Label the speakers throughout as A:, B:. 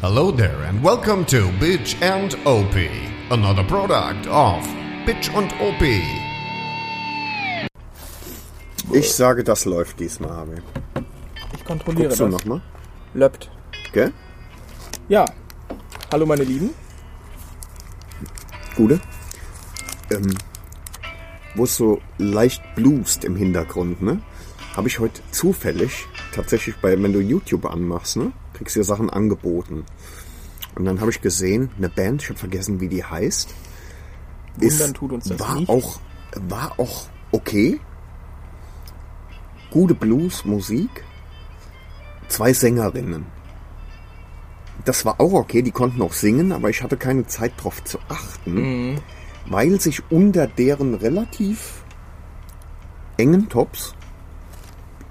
A: Hello there and welcome to Bitch and OP, another product of Bitch und OP.
B: Ich sage, das läuft diesmal, Harvey.
C: Ich kontrolliere
B: Guckst du
C: das.
B: nochmal?
C: Löppt.
B: Gell?
C: Ja. Hallo meine Lieben.
B: Gute? Ähm, wo es so leicht bluest im Hintergrund, ne? Habe ich heute zufällig, tatsächlich bei, wenn du YouTube anmachst, ne? Kriegst dir Sachen angeboten. Und dann habe ich gesehen, eine Band, ich habe vergessen, wie die heißt.
C: Wundern tut uns das
B: war
C: nicht.
B: auch War auch okay. Gute Blues-Musik. Zwei Sängerinnen. Das war auch okay, die konnten auch singen, aber ich hatte keine Zeit drauf zu achten,
C: Mhm.
B: weil sich unter deren relativ engen Tops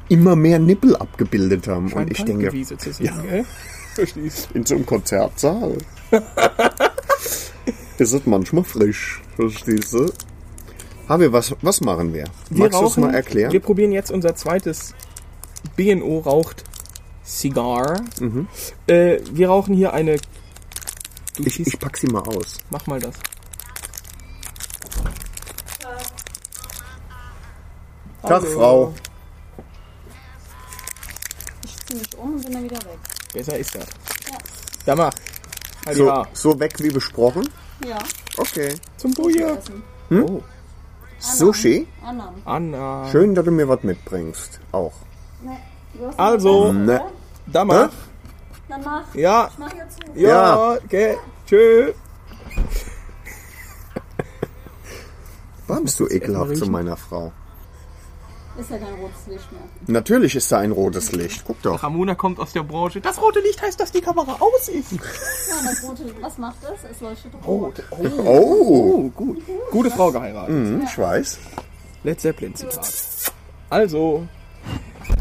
B: immer mehr Nippel abgebildet haben.
C: Scheint
B: Und ich denke,
C: Wiese zu sehen, gell? Verstehst
B: in so einem Konzertsaal ist es manchmal frisch, verstehst du? Harvey, was, was machen wir?
C: Wir
B: Magst du es
C: rauchen-
B: mal erklären?
C: Wir probieren jetzt unser zweites BNO raucht Cigar.
B: Mhm.
C: Äh, wir rauchen hier eine. Du
B: ich,
C: schießt-
B: ich pack sie mal aus.
C: mach mal das.
B: Tag, Frau.
D: Ich ziehe mich um und bin dann wieder weg.
C: Besser ist das. Ja, mach. Halt die
B: So,
C: Haar.
B: so weg wie besprochen?
D: Ja,
B: Okay.
C: Zum Buja.
D: essen.
C: Oh.
B: Sushi?
D: Annahmen.
C: Anna.
B: Schön, dass du mir was mitbringst. Auch.
D: Ne, du hast
C: Also,
B: Ne.
C: da mach.
D: Dann mach.
C: Ja.
D: Ich mach ja zu.
C: Ja, okay. Tschö.
B: Warum bist du ekelhaft zu
C: riechen.
B: meiner Frau?
D: Ist ja kein rotes Licht mehr.
B: Natürlich ist da ein rotes Licht. Guck doch.
C: Ramona kommt aus der Branche. Das rote Licht heißt, dass die Kamera aus ist.
D: Ja, und das rote, was macht es? Es leuchtet rot.
C: Oh, oh,
B: Oh,
C: oh gut. Gute Frau geheiratet.
B: hm, ich weiß.
C: Mm. Led Zeppelin Zitat. Also,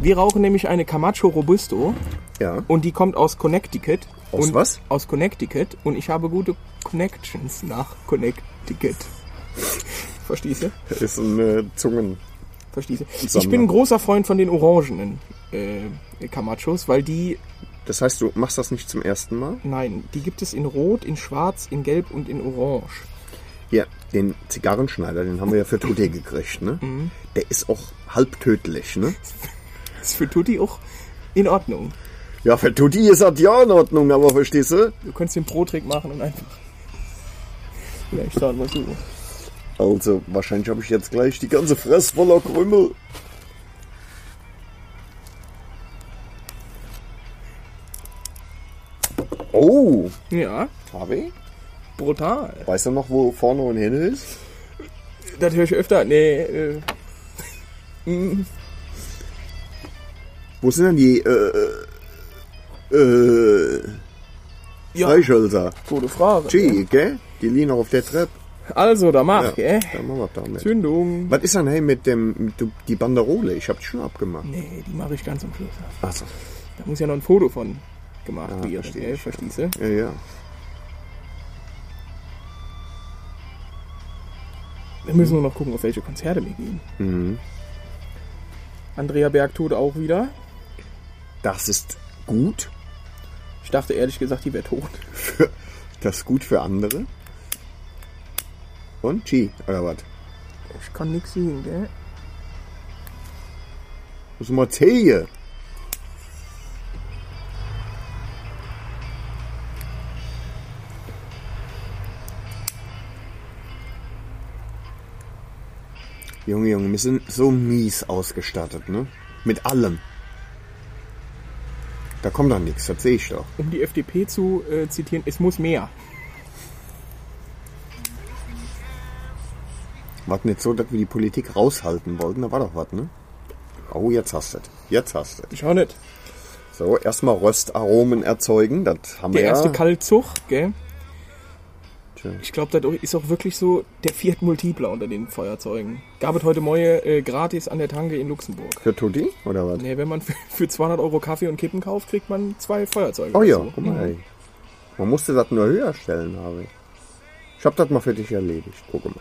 C: wir rauchen nämlich eine Camacho Robusto
B: Ja.
C: und die kommt aus Connecticut.
B: Aus
C: und
B: was?
C: Aus Connecticut und ich habe gute Connections nach Connecticut. Verstehst du?
B: Das ist ein äh, Zungen.
C: Verstehst du? Ich
B: Sammler.
C: bin ein großer Freund von den orangenen äh, Camachos, weil die
B: Das heißt, du machst das nicht zum ersten Mal?
C: Nein, die gibt es in Rot, in Schwarz, in Gelb und in Orange.
B: Ja, den Zigarrenschneider, den haben wir ja für Tutti gekriegt, ne? Der ist auch halb tödlich, ne?
C: Ist für Tutti auch in Ordnung.
B: Ja, für Tutti ist das ja in Ordnung, aber verstehst du?
C: Du könntest den Pro-Trick machen und einfach. Vielleicht starten wir so.
B: Also, wahrscheinlich habe ich jetzt gleich die ganze Fresse voller Krümmel. Oh,
C: Ja,
B: Harvey,
C: brutal.
B: weißt du noch, wo vorne und hinten ist?
C: Das höre ich öfter. Nee, äh,
B: Wo sind denn die, äh, äh, äh,
C: ja,
B: Halt. Freischölzer?
C: gute Frage.
B: Gee, gell? Die liegen noch auf der Treppe.
C: Also, da mach,
B: ja,
C: gell?
B: dann machen wir damit.
C: Zündung.
B: Was ist denn hey mit dem mit du- die Banderole? Ich habe die schon abgemacht.
C: Nee, die mache ich ganz am Schluss.
B: Achso.
C: Da muss ja noch ein Foto von gemacht werden.
B: versteh
C: gell?
B: ich.
C: Verstehst du?
B: Ja, ja.
C: Wir müssen nur noch gucken, auf welche Konzerte wir gehen.
B: Mhm.
C: Andrea Berg tut auch wieder.
B: Das ist gut.
C: Ich dachte ehrlich gesagt, die wäre tot.
B: Das ist gut für andere. Und G oder was?
C: Ich kann nichts sehen, gell?
B: Muss mal Zehe. Junge, Junge, wir sind so mies ausgestattet, ne? Mit allem. Da kommt doch nichts, das sehe ich doch.
C: Um die FDP zu äh, zitieren, es muss mehr.
B: War nicht so, dass wir die Politik raushalten wollten, da war doch was, ne? Oh, jetzt hast du Jetzt hast du
C: Schau nicht.
B: So, erstmal Röstaromen erzeugen, das haben
C: Der
B: wir
C: erste
B: ja.
C: Kaltzug, gell?
B: Tja.
C: Ich glaube, da ist auch wirklich so der viert Multipler unter den Feuerzeugen. Gab es heute Moje äh, gratis an der Tanke in Luxemburg.
B: Für Tutti, oder was?
C: Nee, wenn man für, für 200 Euro Kaffee und Kippen kauft, kriegt man zwei Feuerzeuge.
B: Oh ja,
C: dazu.
B: guck mal, ey. Man musste das nur höher stellen, habe ich. Ich hab das mal für dich erledigt, guck mal.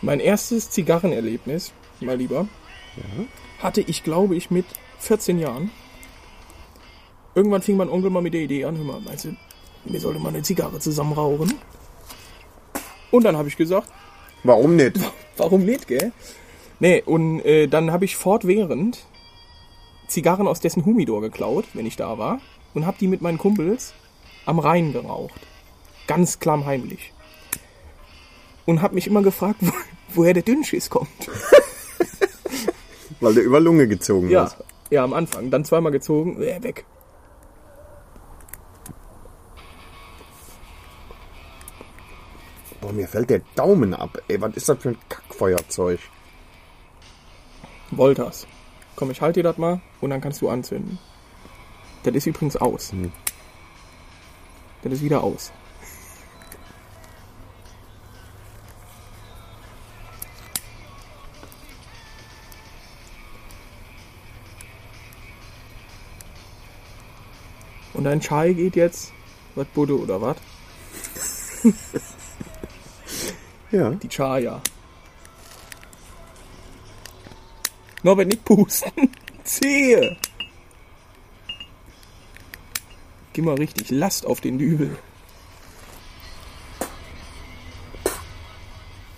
C: Mein erstes Zigarrenerlebnis, mal lieber, hatte ich, glaube ich, mit 14 Jahren. Irgendwann fing mein Onkel mal mit der Idee an, hör mal, meinst du, wir sollten mal eine Zigarre zusammen rauchen? Und dann habe ich gesagt,
B: Warum nicht?
C: warum nicht, gell? Nee, und äh, dann habe ich fortwährend Zigarren aus dessen Humidor geklaut, wenn ich da war, und habe die mit meinen Kumpels am Rhein geraucht. Ganz klammheimlich. Und habe mich immer gefragt, wo, woher der Dünnschiss kommt.
B: Weil der über Lunge gezogen
C: Ja,
B: ist.
C: ja, am Anfang. Dann zweimal gezogen, äh, weg.
B: Boah, mir fällt der Daumen ab. Ey, was ist das für ein Kackfeuerzeug?
C: Wolters. Komm, ich halte dir das mal und dann kannst du anzünden. Das ist übrigens aus. Das ist wieder aus. Und dein Chai geht jetzt, was Budde oder was?
B: Ja.
C: Die Chaya. Norbert, nicht pusten. Zehe. Gib mal richtig Last auf den Dübel.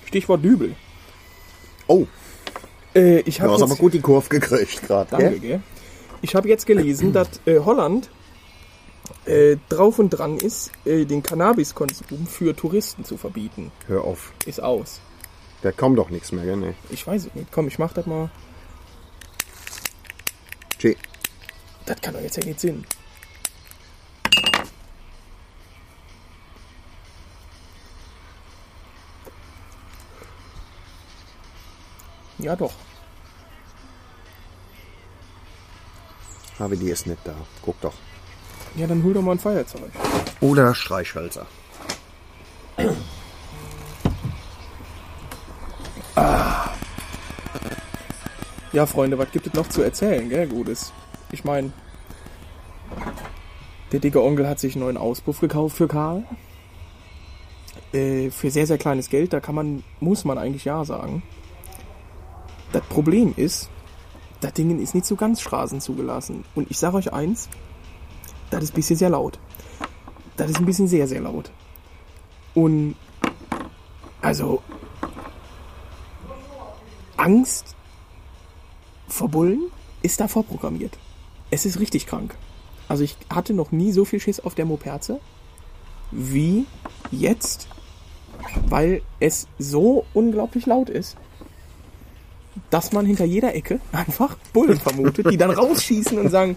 C: Stichwort Dübel.
B: Oh,
C: Äh, ich
B: du
C: habe
B: hast aber
C: jetzt,
B: gut die Kurve gekriegt gerade.
C: danke,
B: gell?
C: gell? Ich hab jetzt gelesen, dass äh, Holland äh, drauf und dran ist, äh, den Cannabiskonsum für Touristen zu verbieten.
B: Hör auf.
C: Ist aus.
B: Da kommt doch nichts mehr, gell? ne? Nee.
C: Ich weiß es nicht. Komm, ich mach das mal.
B: Tschä.
C: Das kann doch jetzt ja nicht Sinn. Ja, doch.
B: Habe die ist nicht da. Guck doch.
C: Ja, dann hol doch mal ein Feuerzeug.
B: Oder Streichhölzer.
C: Ja, Freunde, was gibt es noch zu erzählen, gell, Gutes? Ich meine, der dicke Onkel hat sich einen neuen Auspuff gekauft für Karl. Äh, für sehr, sehr kleines Geld, da kann man, muss man eigentlich ja sagen. Das Problem ist, das Ding ist nicht so ganz Straßen zugelassen. Und ich sag euch eins, das ist ein bisschen sehr laut. Das ist ein bisschen sehr, sehr laut. Und, also, Angst vor Bullen ist da vorprogrammiert. Es ist richtig krank. Also ich hatte noch nie so viel Schiss auf der Moperze wie jetzt, weil es so unglaublich laut ist, dass man hinter jeder Ecke einfach Bullen vermutet, die dann rausschießen und sagen,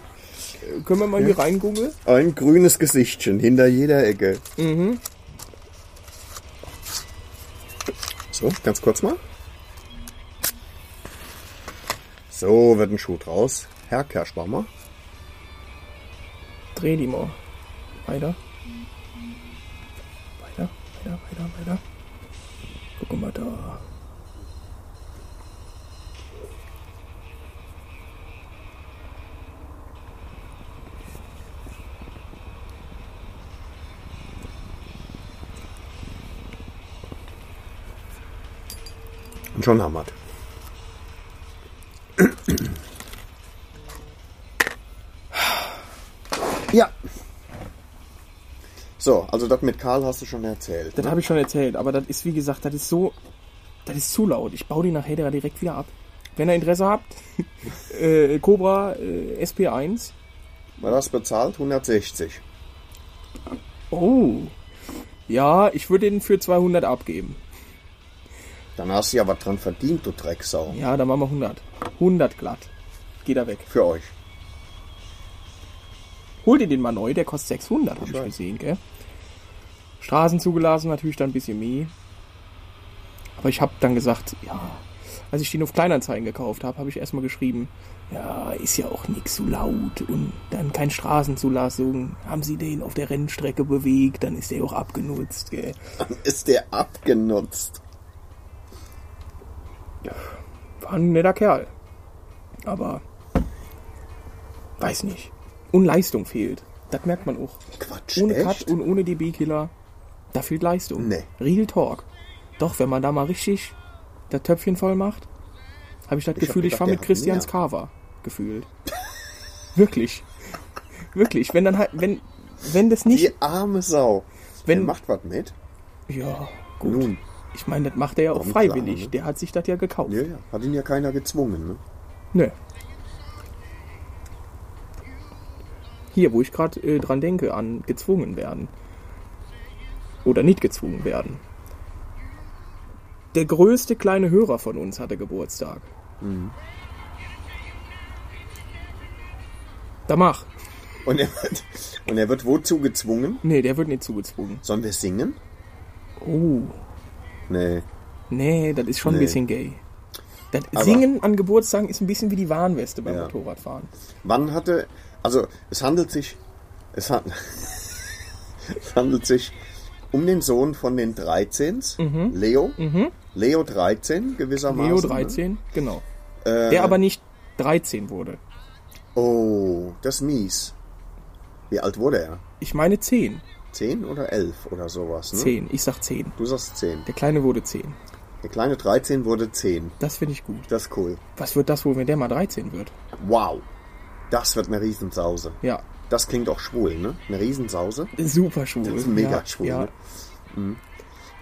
C: "Äh, können wir mal hier reingucken?
B: Ein grünes Gesichtchen hinter jeder Ecke. Mhm. So, ganz kurz mal. So, wird ein Schuh draus. Herr Kerschbaumer.
C: Dreh die mal. Weiter. Weiter, weiter, weiter, weiter. Guck mal da.
B: Und schon haben wir's. Ja. So, also das mit Karl hast du schon erzählt. ne?
C: Das habe ich schon erzählt, aber das ist wie gesagt, das ist so, das ist zu laut. Ich baue die nachher da direkt wieder ab. Wenn ihr Interesse habt, äh, Cobra äh, SP1.
B: War das bezahlt? 160.
C: Oh. Ja, ich würde den für 200 abgeben.
B: Dann hast du ja was dran verdient, du Drecksau.
C: Ja, dann machen wir 100. 100 glatt. Geht er weg.
B: Für euch.
C: Hol dir den mal neu, der kostet 600, habe ich gesehen, gell? Straßen zugelassen, natürlich dann ein bisschen mehr. Aber ich habe dann gesagt, ja, als ich den auf Kleinanzeigen gekauft habe, habe ich erstmal geschrieben, ja, ist ja auch nix so laut und dann kein Straßenzulassung. Haben sie den auf der Rennstrecke bewegt, dann ist der auch abgenutzt, gell?
B: Ist der abgenutzt?
C: War ein netter Kerl. Aber, weiß nicht. Und Leistung fehlt. Das merkt man auch.
B: Quatsch,
C: Ohne
B: echt?
C: Cut und ohne DB-Killer, da fehlt Leistung.
B: Nee.
C: Real Talk. Doch, wenn man da mal richtig das Töpfchen voll macht, habe ich das
B: hab
C: Gefühl, ich
B: gedacht,
C: fahre
B: der
C: mit
B: hat
C: Christian
B: mehr.
C: Skawa. Gefühlt. Wirklich. Wirklich, wenn dann halt, wenn, wenn das nicht.
B: Die arme Sau.
C: Wenn-
B: Der macht was mit.
C: Ja, gut.
B: Nun,
C: Ich meine, das macht er ja auch
B: Kommt
C: freiwillig.
B: klar, ne?
C: Der hat sich das ja gekauft.
B: ja, ja. Hat ihn ja keiner gezwungen. Ne?
C: Nö. Hier, wo ich gerade äh, dran denke, an gezwungen werden. Oder nicht gezwungen werden. Der größte kleine Hörer von uns hatte Geburtstag.
B: Mhm.
C: Da mach.
B: Und er, wird, und er wird wozu gezwungen?
C: Nee, der wird nicht zugezwungen.
B: Sollen wir singen?
C: Oh.
B: Nee.
C: Nee, das ist schon ein
B: Nee.
C: bisschen gay. Das
B: Aber-
C: Singen an Geburtstagen ist ein bisschen wie die Warnweste beim
B: Ja.
C: Motorradfahren.
B: Wann hatte. Also, es handelt sich. Es, han- es handelt sich um den Sohn von den 13s,
C: Mhm.
B: Leo. Leo 13 gewissermaßen. Ne?
C: Neo
B: Äh.
C: 13, genau. der aber nicht 13 wurde.
B: Oh, das ist mies. Wie alt wurde er?
C: Ich meine
B: Hm?
C: 10.
B: 10 oder 11 oder sowas? Ne?
C: 10. Ich sag 10.
B: Du sagst 10.
C: Der Kleine wurde 10.
B: Der kleine 13 wurde 10.
C: Das finde ich gut.
B: Das ist cool.
C: Was wird das wohl, wenn der mal 13 wird?
B: Wow. Das wird eine Riesensause.
C: Ja.
B: Das klingt auch schwul, ne? Eine Riesensause.
C: Super schwul.
B: Das ist mega
C: ja,
B: schwul,
C: Ja,
B: ne?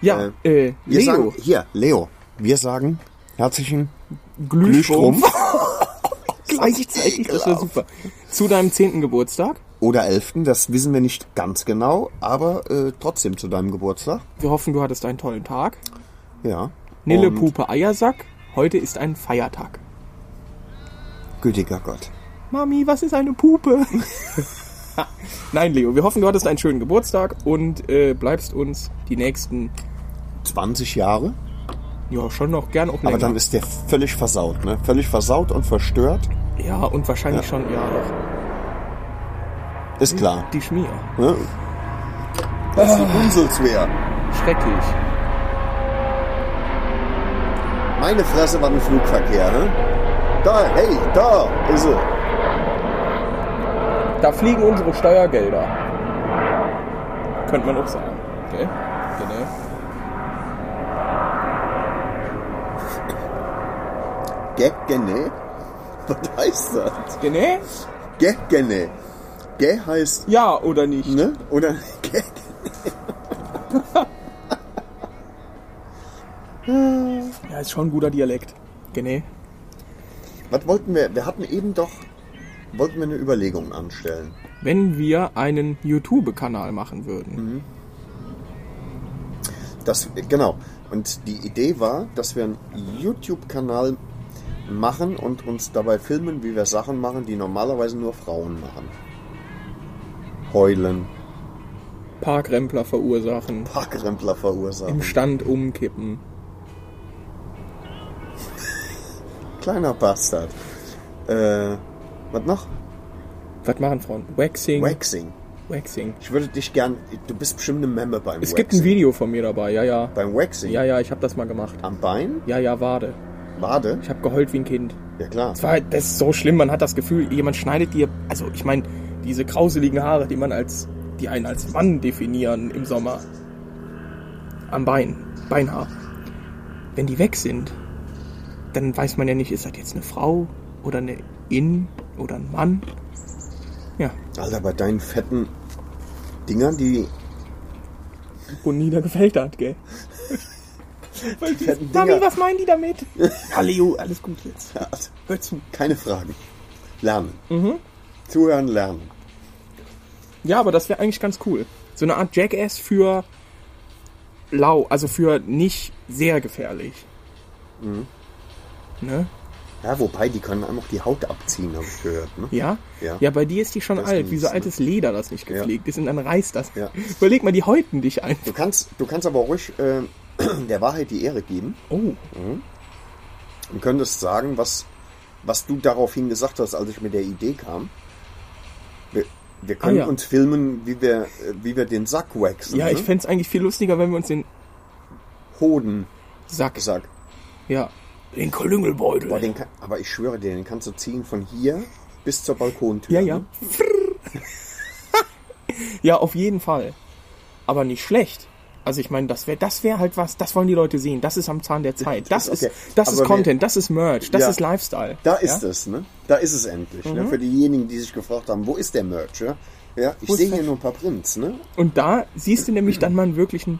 C: ja äh,
B: Wir
C: Leo.
B: Sagen, hier, Leo. Wir sagen herzlichen
C: Glühstrom.
B: Glühstrom.
C: Gleichzeitig. Das wäre super. Zu deinem 10. Geburtstag.
B: Oder 11. Das wissen wir nicht ganz genau, aber äh, trotzdem zu deinem Geburtstag.
C: Wir hoffen, du hattest einen tollen Tag.
B: Ja.
C: Nille
B: Und
C: Pupe Eiersack. Heute ist ein Feiertag.
B: Gütiger Gott.
C: Mami, was ist eine Pupe? Nein, Leo, wir hoffen, du hattest einen schönen Geburtstag und äh, bleibst uns die nächsten,
B: 20 Jahre.
C: ja, schon noch gern auch länger.
B: Aber dann ist der völlig versaut, ne? Völlig versaut und verstört.
C: ja, und wahrscheinlich schon, ja, doch.
B: Ist klar.
C: Die Schmier.
B: Ne? Das ist
C: Ah.
B: ein Unselswehr.
C: Schrecklich.
B: Meine Fresse war ein Flugverkehr, ne? Da, hey, da ist er.
C: Da fliegen unsere Steuergelder. Könnte man auch sagen. Okay? Genau.
B: Geckene? Was heißt das?
C: Genau?
B: Geckene. Ge heißt,
C: Ja oder nicht?
B: ne? Oder Ge
C: Ja, ist schon ein guter Dialekt. Genau.
B: Was wollten wir? Wir hatten eben doch, wollten wir eine Überlegung anstellen.
C: Wenn wir einen YouTube-Kanal machen würden.
B: Das, genau. Und die Idee war, dass wir einen YouTube-Kanal machen und uns dabei filmen, wie wir Sachen machen, die normalerweise nur Frauen machen. Heulen,
C: Parkrempler verursachen.
B: Parkrempler verursachen.
C: Im Stand umkippen.
B: Kleiner Bastard. Äh, was noch?
C: Was machen Frauen? Waxing.
B: Waxing.
C: Waxing.
B: Ich würde dich gern, du bist bestimmt eine Memme beim
C: Es
B: Waxing.
C: gibt ein Video von mir dabei, ja, ja.
B: Beim Waxing?
C: Ja, ja, ich habe das mal gemacht.
B: Am Bein?
C: Ja, ja, Wade.
B: Wade?
C: Ich habe geheult wie ein Kind.
B: Ja klar.
C: Es war halt, das ist so schlimm, man hat das Gefühl, jemand schneidet dir, also ich meine, diese krauseligen Haare, die man als, die einen als Mann definieren im Sommer. Am Bein, Beinhaar. Wenn die weg sind, dann weiß man ja nicht, ist das jetzt eine Frau oder eine In oder ein Mann. Ja,
B: Alter, bei deinen fetten Dingern, die
C: und niedergefällt hat, gell? Weil die-
B: fetten
C: Mami,
B: Dinger.
C: was meinen die damit? Ja, Leo, alles gut jetzt.
B: Also,
C: Hör zu.
B: Keine Fragen. Lernen.
C: Mhm.
B: Zuhören, lernen.
C: Ja, aber das wäre eigentlich ganz cool. So eine Art Jackass für lau, also für nicht sehr gefährlich.
B: Mhm.
C: Ne?
B: Ja, wobei, die können einem auch die Haut abziehen, habe ich gehört. Ne?
C: Ja?
B: Ja.
C: bei dir ist die schon
B: Das
C: alt, wie
B: ging's,
C: so
B: ne?
C: altes Leder, das nicht gepflegt ist und dann reißt das.
B: Ja.
C: Überleg mal, die häuten dich ein.
B: Du, kannst, du kannst aber ruhig äh, der Wahrheit die Ehre geben
C: Oh,
B: und könntest sagen, was, was du daraufhin gesagt hast, als ich mit der Idee kam. Wir, wir können
C: Ah, ja.
B: uns filmen, wie wir, äh, wie wir den Sack waxen.
C: ja,
B: ne?
C: ich fänd's eigentlich viel lustiger, wenn wir uns den
B: Hoden.
C: Sack,
B: Sack.
C: ja, den Klüngelbeutel.
B: Boah, den kann, aber ich schwöre dir, den kannst du ziehen von hier bis zur Balkontür.
C: ja, ja.
B: Ne?
C: ja, auf jeden Fall. Aber nicht schlecht. Also ich meine, das wäre das wär halt was, das wollen die Leute sehen. Das ist am Zahn der Zeit. Das
B: Okay.
C: ist das ist
B: Aber wir-
C: Content, das ist Merch, das
B: Ja.
C: ist Lifestyle.
B: Da
C: ja? Mhm.
B: ist es, ne? Da ist es endlich. Ne? Für diejenigen, die sich gefragt haben, wo ist der Merch? Ja, ja ich
C: Wo ist
B: sehe
C: der-
B: hier nur ein paar Prints, ne?
C: Und da siehst du nämlich dann mal einen wirklichen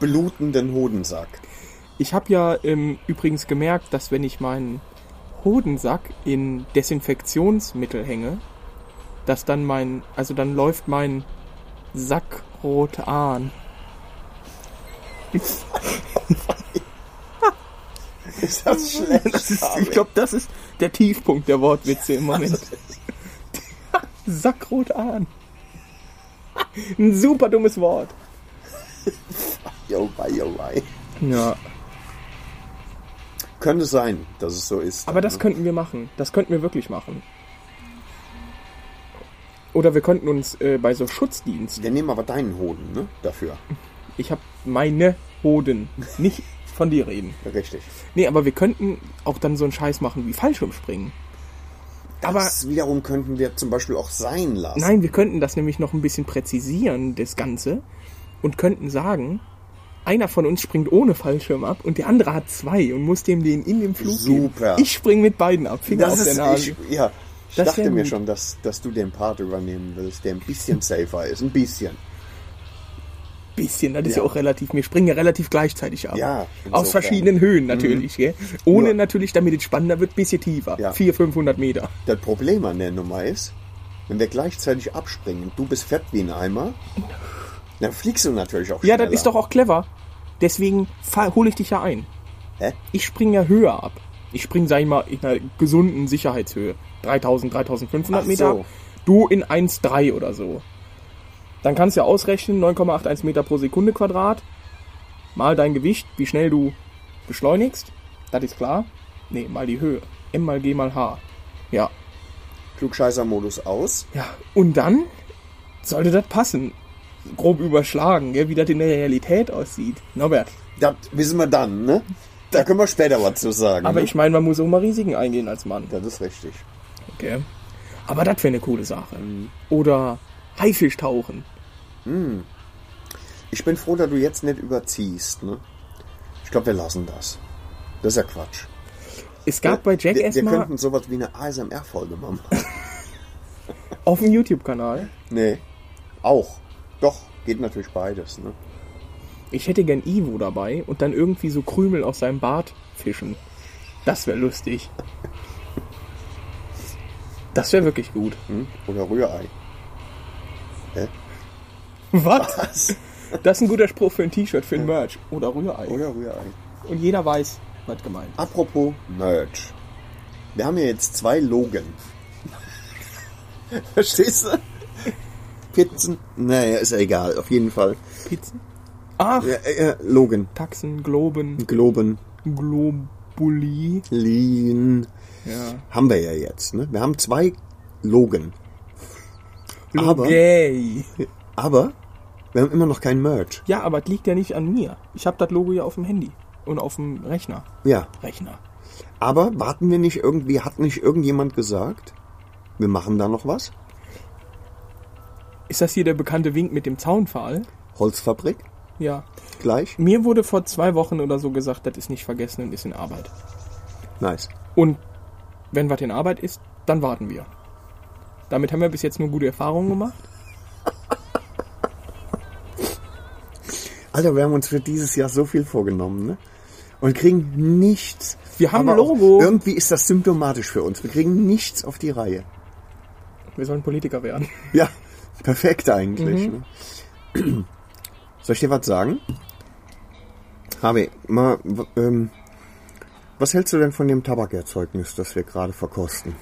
B: Blutenden Hodensack.
C: Ich habe ja ähm, übrigens gemerkt, dass wenn ich meinen Hodensack in Desinfektionsmittel hänge, dass dann mein, also dann läuft mein Sack rot an.
B: Ist das schlecht?
C: Das ist, ich glaube, das ist der Tiefpunkt der Wortwitze im Moment. Sack rot an. Ein super dummes Wort.
B: Yo, bye, yo, bye.
C: Ja.
B: Könnte sein, dass es so ist. Ne?
C: Aber das könnten wir machen. Das könnten wir wirklich machen. Oder wir könnten uns äh, bei so Schutzdienst
B: Wir nehmen aber deinen Hoden, ne? Dafür.
C: Ich habe meine Hoden. Nicht von dir reden.
B: Richtig.
C: Nee, aber wir könnten auch dann so einen Scheiß machen wie Fallschirmspringen. Aber
B: das wiederum könnten wir zum Beispiel auch sein lassen.
C: nein, wir könnten das nämlich noch ein bisschen präzisieren, das Ganze. Und könnten sagen, einer von uns springt ohne Fallschirm ab und der andere hat zwei und muss dem den in dem Flug
B: Super.
C: geben. Ich spring mit beiden ab. Finger
B: das
C: auf der
B: ist
C: Nase.
B: ich, ja. Ich
C: Das wär
B: dachte mir
C: gut.
B: schon, dass, dass du den Part übernehmen willst, der ein bisschen safer ist. Ein bisschen.
C: bisschen, das ist ja,
B: Ja.
C: auch relativ, wir springen ja relativ gleichzeitig ab.
B: Ja,
C: Aus
B: insofern. Mhm.
C: verschiedenen Höhen natürlich, gell? Ohne
B: Nur-
C: natürlich, damit es spannender wird, bisschen tiefer.
B: Ja.
C: 400, 500 Meter.
B: Das Problem an der Nummer ist, wenn wir gleichzeitig abspringen, du bist fett wie ein Eimer, dann fliegst du natürlich auch
C: Ja,
B: schneller.
C: das ist doch auch clever. Deswegen hole ich dich ja ein.
B: Hä?
C: Ich springe ja höher ab. Ich springe, sag ich mal, in einer gesunden Sicherheitshöhe. 3000, 3500
B: Ach
C: Meter.
B: so.
C: Du in 1,3 oder so. Dann kannst du ja ausrechnen, 9,81 Meter pro Sekunde Quadrat. Mal dein Gewicht, wie schnell du beschleunigst. Das ist klar. Nee, mal die Höhe. M mal G mal H. Ja.
B: Klugscheißer-Modus aus.
C: Ja, und dann sollte das passen. Grob überschlagen, gell, wie das in der Realität aussieht. Norbert.
B: Das wissen wir dann, ne? Da können wir später was zu sagen.
C: Aber
B: ne?
C: ich meine, man muss auch mal Risiken eingehen als Mann.
B: Das ist richtig.
C: Gell? Aber das wäre eine coole Sache.
B: Mhm.
C: Oder Haifisch tauchen.
B: Ich bin froh, dass du jetzt nicht überziehst, ne? Ich glaube, wir lassen das. Das ist ja Quatsch.
C: Es gab bei
B: wir,
C: Jack
B: wir
C: erstmal
B: könnten sowas wie eine ASMR-Folge machen.
C: auf dem YouTube-Kanal.
B: nee. Auch. Doch, geht natürlich beides, ne?
C: Ich hätte gern Ivo dabei und dann irgendwie so Krümel aus seinem Bart fischen. Das wäre lustig. Das wäre wirklich gut.
B: Hm? Oder Rührei. Hä?
C: Was?
B: Was?
C: Das ist ein guter Spruch für ein T-Shirt, für ein Merch. Oder Rührei.
B: Oder Rührei.
C: Und jeder weiß, was gemeint.
B: Apropos Merch. Wir haben ja jetzt zwei Logen. Verstehst du? Pizzen? Naja, ist ja egal, auf jeden Fall.
C: ist. Pizzen. Ach,
B: Ja, äh, Logen.
C: Taxen, Globen,
B: Globen.
C: Globuli.
B: Lean.
C: Ja.
B: Haben wir ja jetzt. Ne? Wir haben zwei Logen. Aber,
C: Yay.
B: aber wir haben immer noch kein Merch.
C: Ja, aber das liegt ja nicht an mir. Ich habe das Logo ja auf dem Handy und auf dem Rechner.
B: Ja.
C: Rechner.
B: Aber warten wir nicht irgendwie, hat nicht irgendjemand gesagt, wir machen da noch was?
C: Ist das hier der bekannte Wink mit dem Zaunpfahl?
B: Holzfabrik?
C: Ja.
B: Gleich?
C: Mir wurde vor zwei Wochen oder so gesagt, das ist nicht vergessen und ist in Arbeit.
B: Nice.
C: Und wenn was in Arbeit ist, dann warten wir. Damit haben wir bis jetzt nur gute Erfahrungen gemacht.
B: Alter, wir haben uns für dieses Jahr so viel vorgenommen, ne? Und kriegen nichts.
C: Wir haben
B: Aber auch-
C: Logo.
B: Irgendwie ist das symptomatisch für uns. Wir kriegen nichts auf die Reihe.
C: Wir sollen Politiker werden.
B: Ja, perfekt eigentlich.
C: Mhm.
B: Ne? Soll ich dir was sagen? Harvey, mal, w- ähm, was hältst du denn von dem Tabakerzeugnis, das wir gerade verkosten?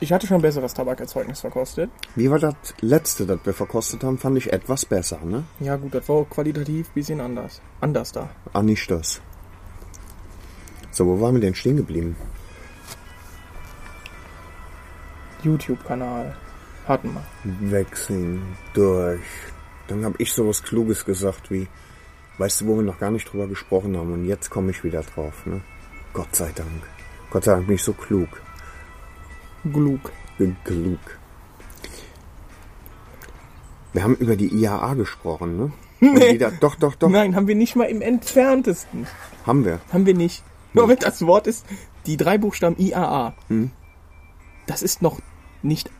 C: Ich hatte schon besseres Tabakerzeugnis verkostet.
B: Wie war das letzte, das wir verkostet haben, fand ich etwas besser, ne?
C: Ja gut, das war auch qualitativ ein bisschen anders. Anders da.
B: Ah, nicht das. So, wo waren wir denn stehen geblieben?
C: YouTube-Kanal. Hatten wir.
B: Wechseln durch. Dann habe ich sowas Kluges gesagt wie, weißt du, wo wir noch gar nicht drüber gesprochen haben und jetzt komme ich wieder drauf, ne? Gott sei Dank. Gott sei Dank bin ich so klug.
C: Glug.
B: Ge- Klug. Wir haben über die IAA gesprochen, ne? Nee. Jeder, doch, doch, doch.
C: Nein, haben wir nicht mal im entferntesten.
B: Haben wir.
C: Haben wir nicht. Nur wenn das Wort ist, die drei Buchstaben IAA. Das ist noch nicht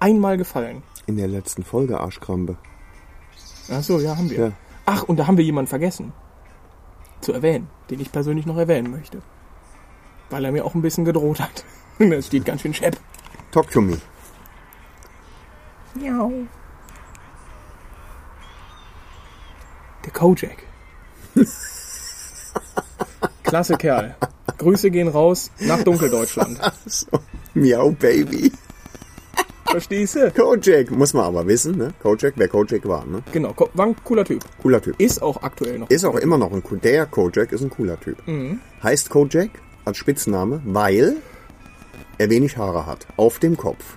C: einmal gefallen.
B: In der letzten Folge Arschkrampe.
C: Ach so, ja, haben wir.
B: Ja.
C: Ach, und da haben wir jemanden vergessen. Zu erwähnen, den ich persönlich noch erwähnen möchte. Weil er mir auch ein bisschen gedroht hat. Und das steht ganz schön schepp.
B: Talk to me.
C: Miau. Der Kojak. Klasse Kerl. Grüße gehen raus nach Dunkeldeutschland.
B: Miau Baby.
C: Verstehst du?
B: Kojak, muss man aber wissen, ne? Kojak, wer Kojak war, ne?
C: Genau, ko- war ein cooler Typ.
B: Cooler Typ.
C: Ist auch aktuell noch.
B: Ist auch immer noch ein cool. Der Kojak ist ein cooler Typ.
C: Mhm.
B: Heißt Kojak als Spitzname, weil er wenig Haare hat. Auf dem Kopf.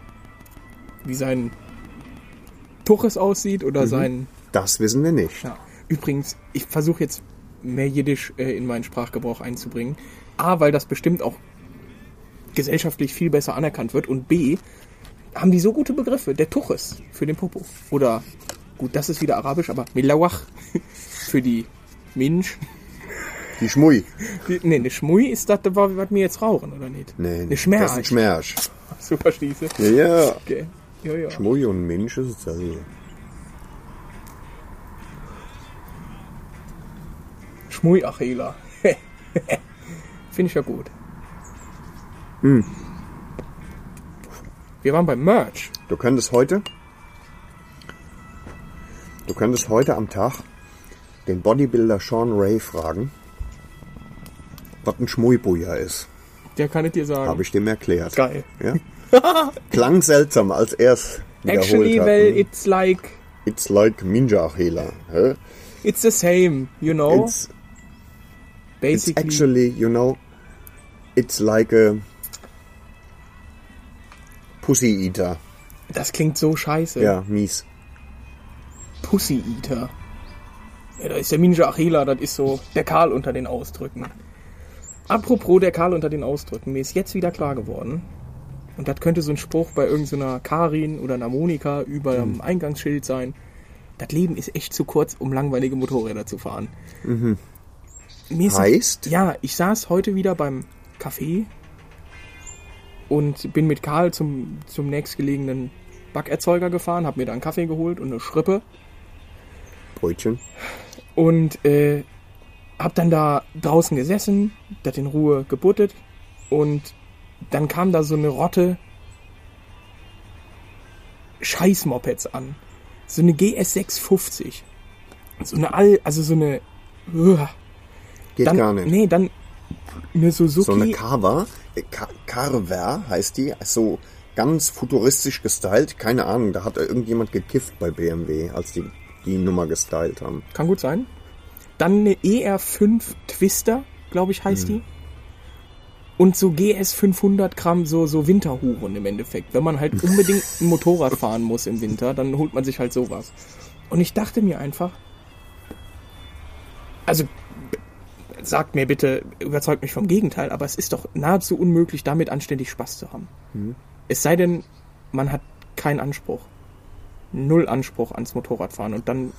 C: Mhm. Wie sein Tuches aussieht
B: Mhm.
C: oder sein
B: Das wissen wir nicht.
C: Ja. Übrigens, ich versuche jetzt mehr Jiddisch äh, in meinen Sprachgebrauch einzubringen. A, weil das bestimmt auch gesellschaftlich viel besser anerkannt wird. Und B, haben die so gute Begriffe. Der Tuches für den Popo. Oder, gut, das ist wieder arabisch, aber Milawach für die Minsch.
B: Die Schmui.
C: Die- Nee, eine Schmui ist das, was was wir jetzt rauchen, oder nicht?
B: Nee,
C: Eine
B: Das ist ein
C: Schmerz.
B: Schmerz.
C: So verstehst du?
B: Ja, ja.
C: Okay. Ja, ja.
B: Schmui und Mensch ist dasselbe.
C: Schmui Achela. Finde ich ja gut.
B: Hm.
C: Wir waren beim Merch.
B: Du könntest heute, du könntest heute am Tag den Bodybuilder Sean Ray fragen, was ein Schmuibuja ist.
C: Der kann ich dir sagen.
B: Habe ich dem erklärt.
C: Hm. Geil.
B: Ja? Klang seltsam, als er es wiederholt
C: Actually,
B: hat.
C: well,
B: ne?
C: it's like,
B: It's like Minja Achela. hä?
C: it's the same, you know?
B: It's, it's
C: Oh, Basically.
B: actually, you know, it's like a Pussy Eater.
C: das klingt so scheiße.
B: Ja, mies.
C: Pussy Eater. Ja, da ist der Minja Achela, das ist so der Karl unter den Ausdrücken. Apropos der Karl unter den Ausdrücken, mir ist jetzt wieder klar geworden, und das könnte so ein Spruch bei irgendeiner Karin oder einer Monika über einem Eingangsschild sein. Das Leben ist echt zu kurz, um langweilige Motorräder zu fahren. Mir ist-
B: Heißt?
C: Ja, ich saß heute wieder beim Café und bin mit Karl zum, zum nächstgelegenen Backerzeuger gefahren, hab mir da einen Kaffee geholt und eine Schrippe
B: Brötchen.
C: und äh, hab dann da draußen gesessen, das in Ruhe gebuttet und dann kam da so eine Rotte Scheißmopeds an. So ne eine GS650. So eine All, also so eine uah.
B: Geht
C: dann,
B: gar nicht.
C: Nee, dann eine Suzuki.
B: So eine Carver, äh, Ka- Carver heißt die, so ganz futuristisch gestylt. Keine Ahnung, da hat irgendjemand gekifft bei BMW, als die die Nummer gestylt haben.
C: Kann gut sein. Dann eine ER5 Twister, glaube ich, heißt die. Und so GS500 Gramm, so, so Winterhuren im Endeffekt. Wenn man halt unbedingt ein Motorrad fahren muss im Winter, dann holt man sich halt sowas. Und ich dachte mir einfach, also b- sagt mir bitte, überzeugt mich vom Gegenteil, aber es ist doch nahezu unmöglich, damit anständig Spaß zu haben. Es sei denn, man hat keinen Anspruch. Null Anspruch ans Motorradfahren. Und dann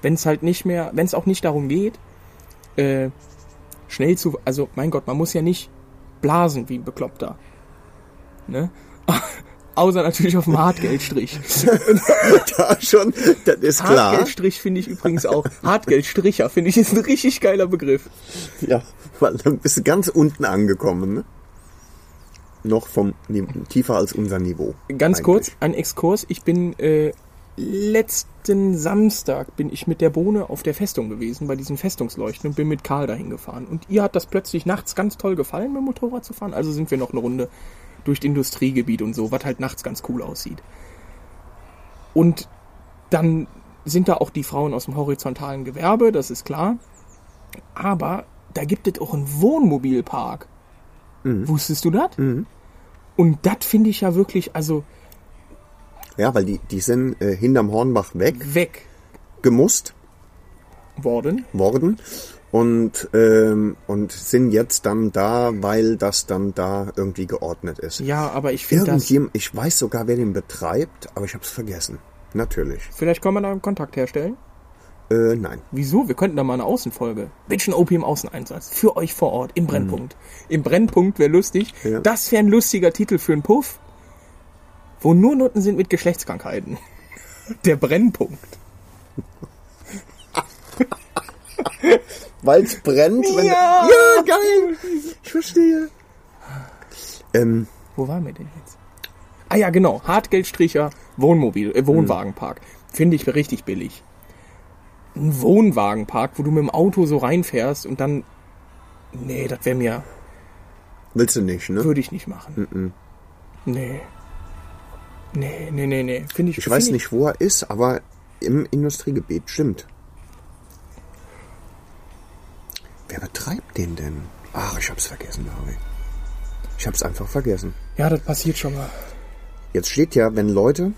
C: wenn es halt nicht mehr, wenn es auch nicht darum geht, äh, schnell zu, also mein Gott, man muss ja nicht blasen wie ein Bekloppter. Ne? Außer natürlich auf dem Hartgeldstrich.
B: Da schon, das ist
C: Ah,
B: klar.
C: Hartgeldstrich finde ich übrigens auch. Hartgeldstricher finde ich ist ein richtig geiler Begriff.
B: Ja, weil dann bist du ganz unten angekommen, ne? Noch vom Ni- tiefer als unser Niveau.
C: Ganz
B: Eigentlich.
C: kurz, ein Exkurs. Ich bin äh, letzten Samstag bin ich mit der Bohne auf der Festung gewesen, bei diesen Festungsleuchten und bin mit Karl dahin gefahren. Und ihr hat das plötzlich nachts ganz toll gefallen, mit dem Motorrad zu fahren. Also sind wir noch eine Runde durch das Industriegebiet und so, was halt nachts ganz cool aussieht. Und dann sind da auch die Frauen aus dem horizontalen Gewerbe, das ist klar. Aber da gibt es auch einen Wohnmobilpark. Wusstest du das? Und das finde ich ja wirklich, also
B: Ja, weil die, die sind äh, hinterm Hornbach weg,
C: weg
B: gemusst
C: worden.
B: worden und, ähm, und sind jetzt dann da, weil das dann da irgendwie geordnet ist.
C: Ja, aber ich finde das.
B: Irgendjemand, ich weiß sogar, wer den betreibt, aber ich hab's vergessen. Natürlich.
C: Vielleicht kann man da einen Kontakt herstellen.
B: Äh, nein.
C: Wieso? Wir könnten da mal eine Außenfolge. Bitchen OP im Außeneinsatz. Für euch vor Ort. Im Brennpunkt. Im Brennpunkt wäre lustig.
B: Mhm. Ja.
C: Das wäre ein lustiger Titel für einen Puff. Wo nur Nutten sind mit Geschlechtskrankheiten. Der Brennpunkt.
B: Weil es brennt. Wenn
C: Ja.
B: ja, geil. Ich verstehe. Ähm,
C: Wo waren wir denn jetzt? Ah ja, genau. Hartgeldstricher, Wohnmobil, äh, Wohnwagenpark.
B: Mhm.
C: Finde ich richtig billig. Ein Wohnwagenpark, wo du mit dem Auto so reinfährst und dann... Nee, das wäre mir...
B: willst du nicht, ne?
C: Würde ich nicht machen. Nee. Nee, nee, nee, nee. Finde ich
B: Ich weiß
C: find
B: nicht, wo er ist, aber im Industriegebiet, stimmt. Wer betreibt den denn? Ach, ich hab's vergessen, Harvey. Ich hab's einfach vergessen.
C: Ja, das passiert schon mal.
B: Jetzt steht ja, wenn Leute,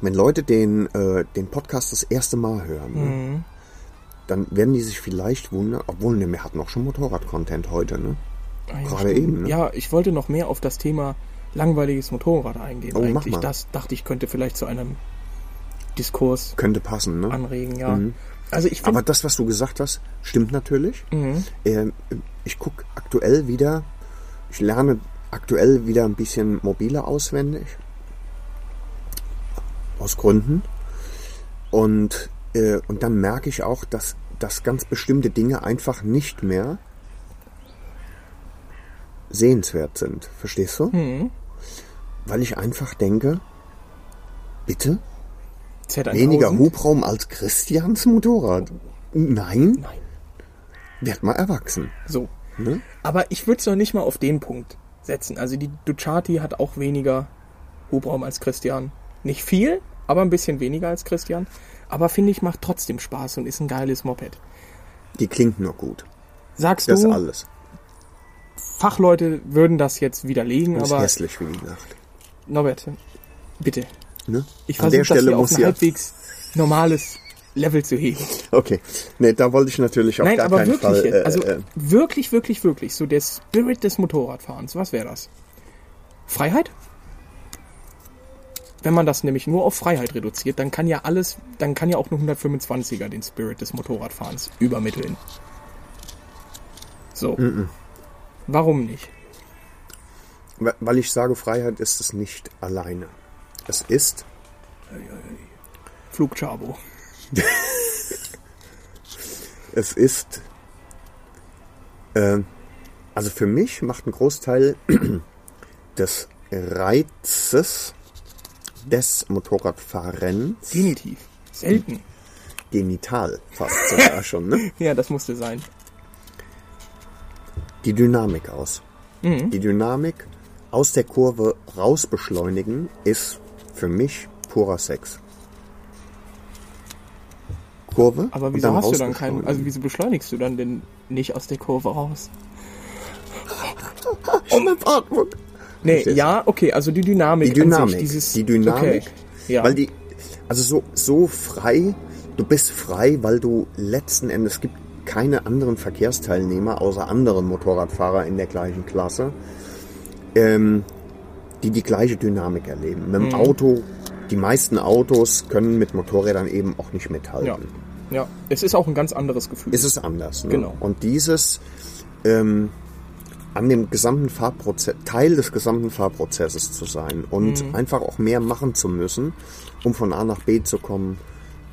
B: wenn Leute den, äh, den Podcast das erste Mal hören, ne, dann werden die sich vielleicht wundern, obwohl ne, wir hatten auch schon Motorrad-Content heute, ne?
C: Ah, ja,
B: Gerade
C: stimmt.
B: eben, ne?
C: Ja, ich wollte noch mehr auf das Thema langweiliges Motorrad eingehen.
B: Oh, mach
C: Eigentlich
B: mal.
C: das dachte ich könnte vielleicht zu einem Diskurs
B: Könnte passen, ne?
C: anregen, ja. Also ich Mhm.
B: Aber
C: finde
B: das, was du gesagt hast, stimmt natürlich. Ähm, ich gucke aktuell wieder, ich lerne aktuell wieder ein bisschen mobile auswendig. Aus Gründen. Und, äh, und dann merke ich auch, dass, dass ganz bestimmte Dinge einfach nicht mehr sehenswert sind. Verstehst du? Weil ich einfach denke, bitte?
C: Z1000.
B: Weniger Hubraum als Christians Motorrad. Nein,
C: Nein.
B: werd mal erwachsen.
C: So.
B: Ne?
C: Aber ich würde es noch nicht mal auf den Punkt setzen. Also die Ducati hat auch weniger Hubraum als Christian. Nicht viel, aber ein bisschen weniger als Christian. Aber finde ich, macht trotzdem Spaß und ist ein geiles Moped.
B: Die klingt nur gut.
C: Sagst
B: Das
C: du,
B: alles.
C: Fachleute würden das jetzt widerlegen,
B: Ist
C: aber
B: hässlich wie die Nacht.
C: Norbert, bitte.
B: Ne?
C: Ich
B: An der
C: versuche das
B: Stelle
C: hier auf
B: muss
C: ein
B: ja.
C: halbwegs normales Level zu heben.
B: Okay. Nee, da wollte ich natürlich auf
C: Nein,
B: gar
C: aber
B: keinen
C: wirklich
B: Fall.
C: jetzt.
B: äh,
C: also
B: äh,
C: wirklich, wirklich, wirklich. So der Spirit des Motorradfahrens. Was wäre das? Freiheit? Wenn man das nämlich nur auf Freiheit reduziert, dann kann ja alles, dann kann ja auch eine 125er den Spirit des Motorradfahrens übermitteln. So. Warum nicht?
B: we- weil ich sage, Freiheit ist es nicht alleine. Es ist
C: Flugchabo.
B: Es ist. Äh, also für mich macht ein Großteil des Reizes des Motorradfahrens
C: Genitiv. Selten.
B: genital fast sogar schon, ne?
C: Ja, das musste sein.
B: Die Dynamik aus.
C: Mhm.
B: Die Dynamik aus der Kurve raus beschleunigen ist für mich purer Sex. Kurve.
C: Aber
B: und
C: wieso hast
B: raus
C: du dann keinen.
B: beschleunigen.
C: Also wieso beschleunigst du dann denn nicht aus der Kurve raus?
B: Oh
C: Ohne Atmung. Nee,
B: Verstehst du?
C: ja, okay, also die Dynamik.
B: Die
C: an sich,
B: Dynamik.
C: dieses,
B: die Dynamik.
C: Okay, ja.
B: Weil die, also so, so frei, du bist frei, weil du letzten Endes, es gibt keine anderen Verkehrsteilnehmer außer anderen Motorradfahrer in der gleichen Klasse, ähm, die die gleiche Dynamik erleben. Mit dem
C: Mhm.
B: Auto, die meisten Autos können mit Motorrädern eben auch nicht mithalten.
C: ja. ja, es ist auch ein ganz anderes Gefühl.
B: Ist es anders. Ne?
C: Genau.
B: Und dieses ähm, an dem gesamten Fahrprozess, Teil des gesamten Fahrprozesses zu sein und
C: Mhm.
B: einfach auch mehr machen zu müssen, um von A nach B zu kommen.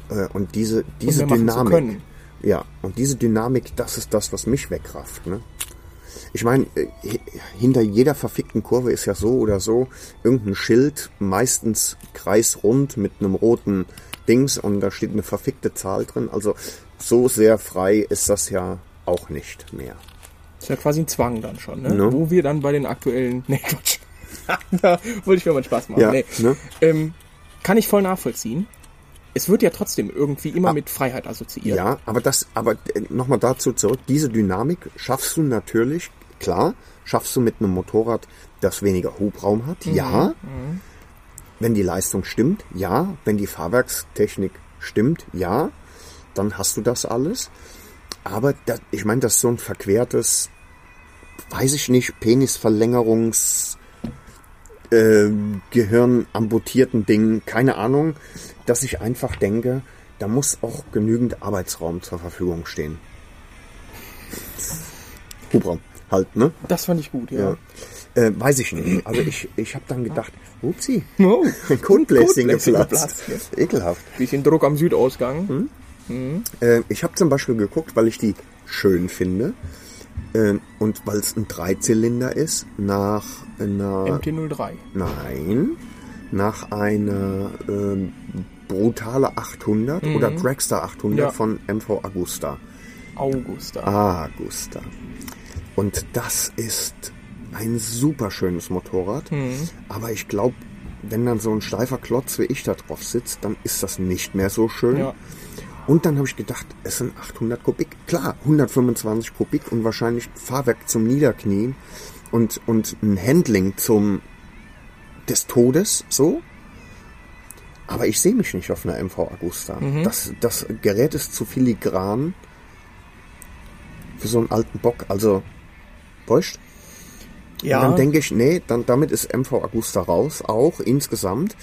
B: Äh, und diese, diese
C: mehr machen zu
B: Dynamik.
C: können.
B: Ja, und diese Dynamik, das ist das, was mich wegrafft. Ne? Ich meine, äh, hi- hinter jeder verfickten Kurve ist ja so oder so irgendein Schild, meistens kreisrund mit einem roten Dings und da steht eine verfickte Zahl drin. Also so sehr frei ist das ja auch nicht mehr.
C: ist ja quasi ein Zwang dann schon, ne?
B: Ne.
C: Wo wir dann bei den aktuellen. Nee, Quatsch. da wollte ich mir mal Spaß machen.
B: Ja,
C: nee.
B: ne?
C: ähm, kann ich voll nachvollziehen. Es wird ja trotzdem irgendwie immer
B: Ah.
C: mit Freiheit assoziiert.
B: Ja, aber das, aber äh, nochmal dazu zurück, diese Dynamik schaffst du natürlich, klar, schaffst du mit einem Motorrad, das weniger Hubraum hat, ja. Wenn die Leistung stimmt, ja. Wenn die Fahrwerkstechnik stimmt, ja. Dann hast du das alles. Aber das, ich meine, das ist so ein verquertes, weiß ich nicht, Penisverlängerungs, ähm, äh, Gehirn amputierten Ding, keine Ahnung, dass ich einfach denke, Da muss auch genügend Arbeitsraum zur Verfügung stehen. Hubraum, halt, ne?
C: Das fand ich gut, ja.
B: Äh, weiß ich nicht. Also ich, ich habe dann gedacht, upsi,
C: Oh,
B: ein Kotbläschen
C: Kotbläschen
B: geplatzt. Hm?
C: geplatzt, ne?
B: Ekelhaft.
C: bisschen Druck am Südausgang.
B: Äh, ich habe zum Beispiel geguckt, weil ich die schön finde äh, und weil es ein Dreizylinder ist, nach einer...
C: MT03.
B: Nein, nach einer ähm, Brutale 800 oder Dragster 800
C: Ja.
B: von MV Agusta.
C: Augusta.
B: Ah, Agusta. Und das ist ein super schönes Motorrad, aber ich glaube, wenn dann so ein steifer Klotz wie ich da drauf sitzt, dann ist das nicht mehr so schön.
C: Ja.
B: Und dann habe ich gedacht, es sind 800 Kubik. Klar, 125 Kubik und wahrscheinlich Fahrwerk zum Niederknien und, und ein Handling zum des Todes, so. Aber ich sehe mich nicht auf einer MV Agusta. Das, das Gerät ist zu filigran für so einen alten Bock. Also, täuscht? Und dann denke ich, nee, dann, damit ist MV Agusta raus, auch insgesamt.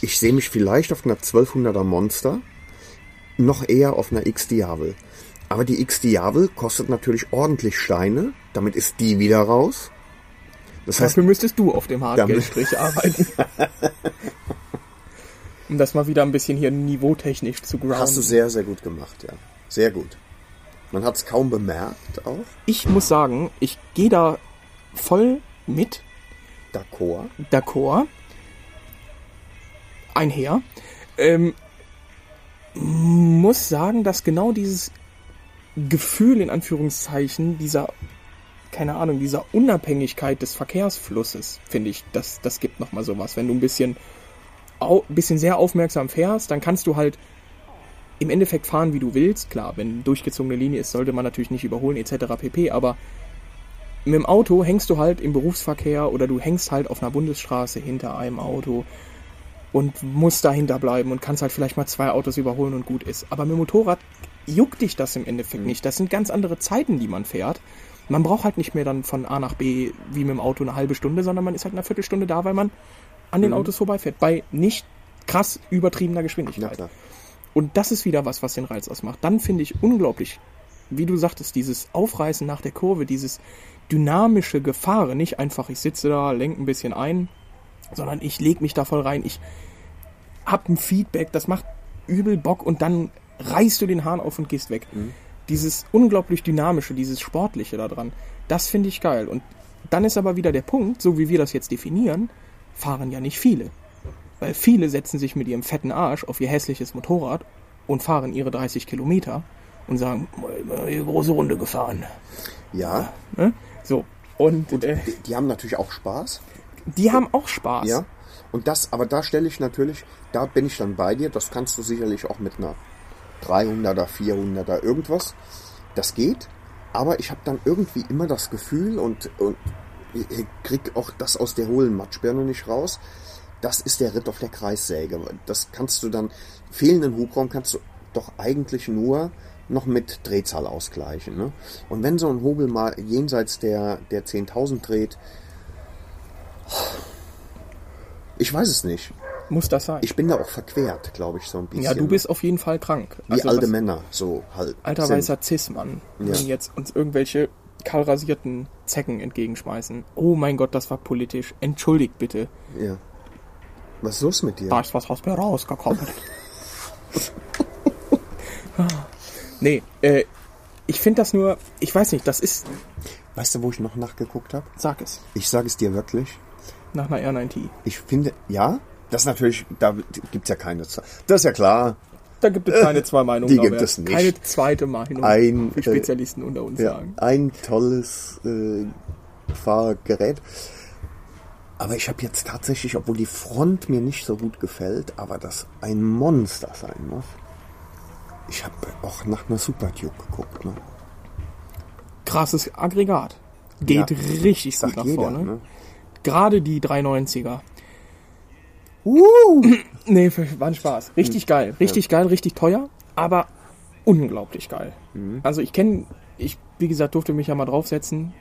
B: Ich sehe mich vielleicht auf einer 1200er Monster, noch eher auf einer X Diavel. Aber die X Diavel kostet natürlich ordentlich Steine, damit ist die wieder raus. Das heißt,
C: Dafür müsstest du auf dem
B: Damit-
C: Hartgeldstrich arbeiten. um das mal wieder ein bisschen hier niveautechnisch zu grounden.
B: hast du sehr, sehr gut gemacht, ja. Sehr gut. Man hat es kaum bemerkt auch.
C: ich muss sagen, ich gehe da voll mit
B: D'accord.
C: d'accord einher. Ähm, muss sagen, dass genau dieses Gefühl in Anführungszeichen dieser keine Ahnung, dieser Unabhängigkeit des Verkehrsflusses, finde ich, das, das gibt nochmal sowas. Wenn du ein bisschen, au, bisschen sehr aufmerksam fährst, dann kannst du halt im Endeffekt fahren, wie du willst. Klar, wenn durchgezogene Linie ist, sollte man natürlich nicht überholen, etc. pp. Aber mit dem Auto hängst du halt im Berufsverkehr oder du hängst halt auf einer Bundesstraße hinter einem Auto und musst dahinter bleiben und kannst halt vielleicht mal zwei Autos überholen und gut ist. Aber mit dem Motorrad juckt dich das im Endeffekt nicht. Das sind ganz andere Zeiten, die man fährt. Man braucht halt nicht mehr dann von A nach B wie mit dem Auto eine halbe Stunde, sondern man ist halt eine Viertelstunde da, weil man an den Autos vorbeifährt. Bei nicht krass übertriebener
B: Na
C: Geschwindigkeit.
B: klar.
C: Und das ist wieder was, was den Reiz ausmacht. Dann finde ich unglaublich, wie du sagtest, dieses Aufreißen nach der Kurve, dieses dynamische Gefahren. Nicht einfach, ich sitze da, lenke ein bisschen ein, sondern ich lege mich da voll rein. Ich hab ein Feedback, das macht übel Bock und dann reißt du den Hahn auf und gehst weg. Dieses unglaublich dynamische, dieses sportliche da dran, das finde ich geil. Und dann ist aber wieder der Punkt, so wie wir das jetzt definieren, fahren ja nicht viele. Weil viele setzen sich mit ihrem fetten Arsch auf ihr hässliches Motorrad und fahren ihre 30 Kilometer und sagen, "Mal eine große Runde gefahren.
B: Ja,
C: Ne? So. Und äh,
B: die, die haben natürlich auch Spaß.
C: die haben auch Spaß.
B: Ja. Und das, aber da stelle ich natürlich, da bin ich dann bei dir, das kannst du sicherlich auch mit einer 300er, 400er, irgendwas. Das geht, aber ich habe dann irgendwie immer das Gefühl und, und ich ich krieg auch das aus der hohlen Matschbirne nicht raus. Das ist der Ritt auf der Kreissäge. Das kannst du dann, fehlenden Hubraum kannst du doch eigentlich nur noch mit Drehzahl ausgleichen. Ne? Und wenn so ein Hobel mal jenseits der, der 10.000 dreht, ich weiß es nicht.
C: Muss das sein.
B: Ich bin da auch verquert, glaube ich, so ein bisschen.
C: ja, du bist auf jeden Fall krank. Also
B: Wie alte
C: was-
B: Männer, so halt.
C: alter
B: sind.
C: weißer Cis-Mann,
B: Ja.
C: die jetzt uns irgendwelche kahlrasierten Zecken entgegenschmeißen. Oh mein Gott, das war politisch. Entschuldigt bitte.
B: Ja. Was ist los mit dir?
C: Da ist was aus mir rausgekommen. nee, äh, ich finde das nur, ich weiß nicht, das ist,
B: Weißt du, wo ich noch nachgeguckt habe?
C: sag es,
B: Ich sage es dir wirklich.
C: nach einer R9T.
B: Ich finde, ja, das ist natürlich, da gibt's ja keine Zahl. Das ist ja klar.
C: Da gibt es keine zwei Meinungen.
B: Die
C: glaube
B: gibt
C: ich.
B: es nicht.
C: Keine zweite Meinung
B: Ein,
C: für
B: äh,
C: Spezialisten unter uns
B: Ja,
C: sagen.
B: ein tolles äh, Fahrgerät. Aber ich habe jetzt tatsächlich, obwohl die Front mir nicht so gut gefällt, aber das ein Monster sein muss. Ich habe auch nach einer Super Duke geguckt. Ne?
C: Krasses Aggregat. Geht
B: Ja.
C: richtig gut
B: Sagt
C: nach
B: jeder.
C: vorne.
B: Ne?
C: Gerade die 390er. Nee, für- war ein Spaß. Richtig geil. Richtig geil, richtig teuer, aber unglaublich geil. Also ich kenne, ich, wie gesagt, durfte mich ja mal draufsetzen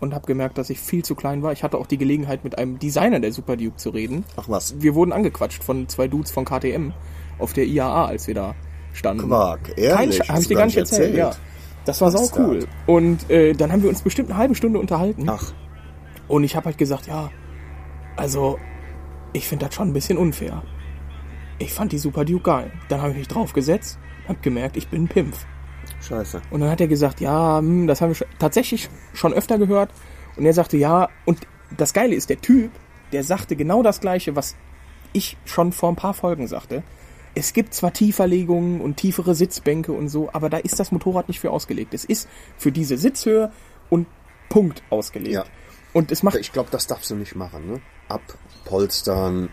C: und habe gemerkt, dass ich viel zu klein war. Ich hatte auch die Gelegenheit, mit einem Designer der Super Duke zu reden.
B: Ach was.
C: Wir wurden angequatscht von zwei Dudes von KTM auf der IAA, als wir da standen.
B: Quark, ehrlich.
C: Kein Sch- hab ich dir gar nicht erzählt. Ja. Das war sau
B: Bastard.
C: cool. Und äh, dann haben wir uns bestimmt eine halbe Stunde unterhalten.
B: Ach,
C: Und ich habe halt gesagt, ja, also ich finde das schon ein bisschen unfair. Ich fand die Super Duke geil. Dann habe ich mich draufgesetzt, habe gemerkt, ich bin ein Pimpf.
B: scheiße.
C: Und dann hat er gesagt, ja, hm, das haben wir schon, tatsächlich schon öfter gehört. Und er sagte, ja, und das Geile ist, der Typ, der sagte genau das Gleiche, was ich schon vor ein paar Folgen sagte. Es gibt zwar Tieferlegungen und tiefere Sitzbänke und so, aber da ist das Motorrad nicht für ausgelegt. Es ist für diese Sitzhöhe und Punkt ausgelegt.
B: Ja.
C: Und es macht
B: Ich glaube, das darfst du nicht machen, ne? Abpolstern,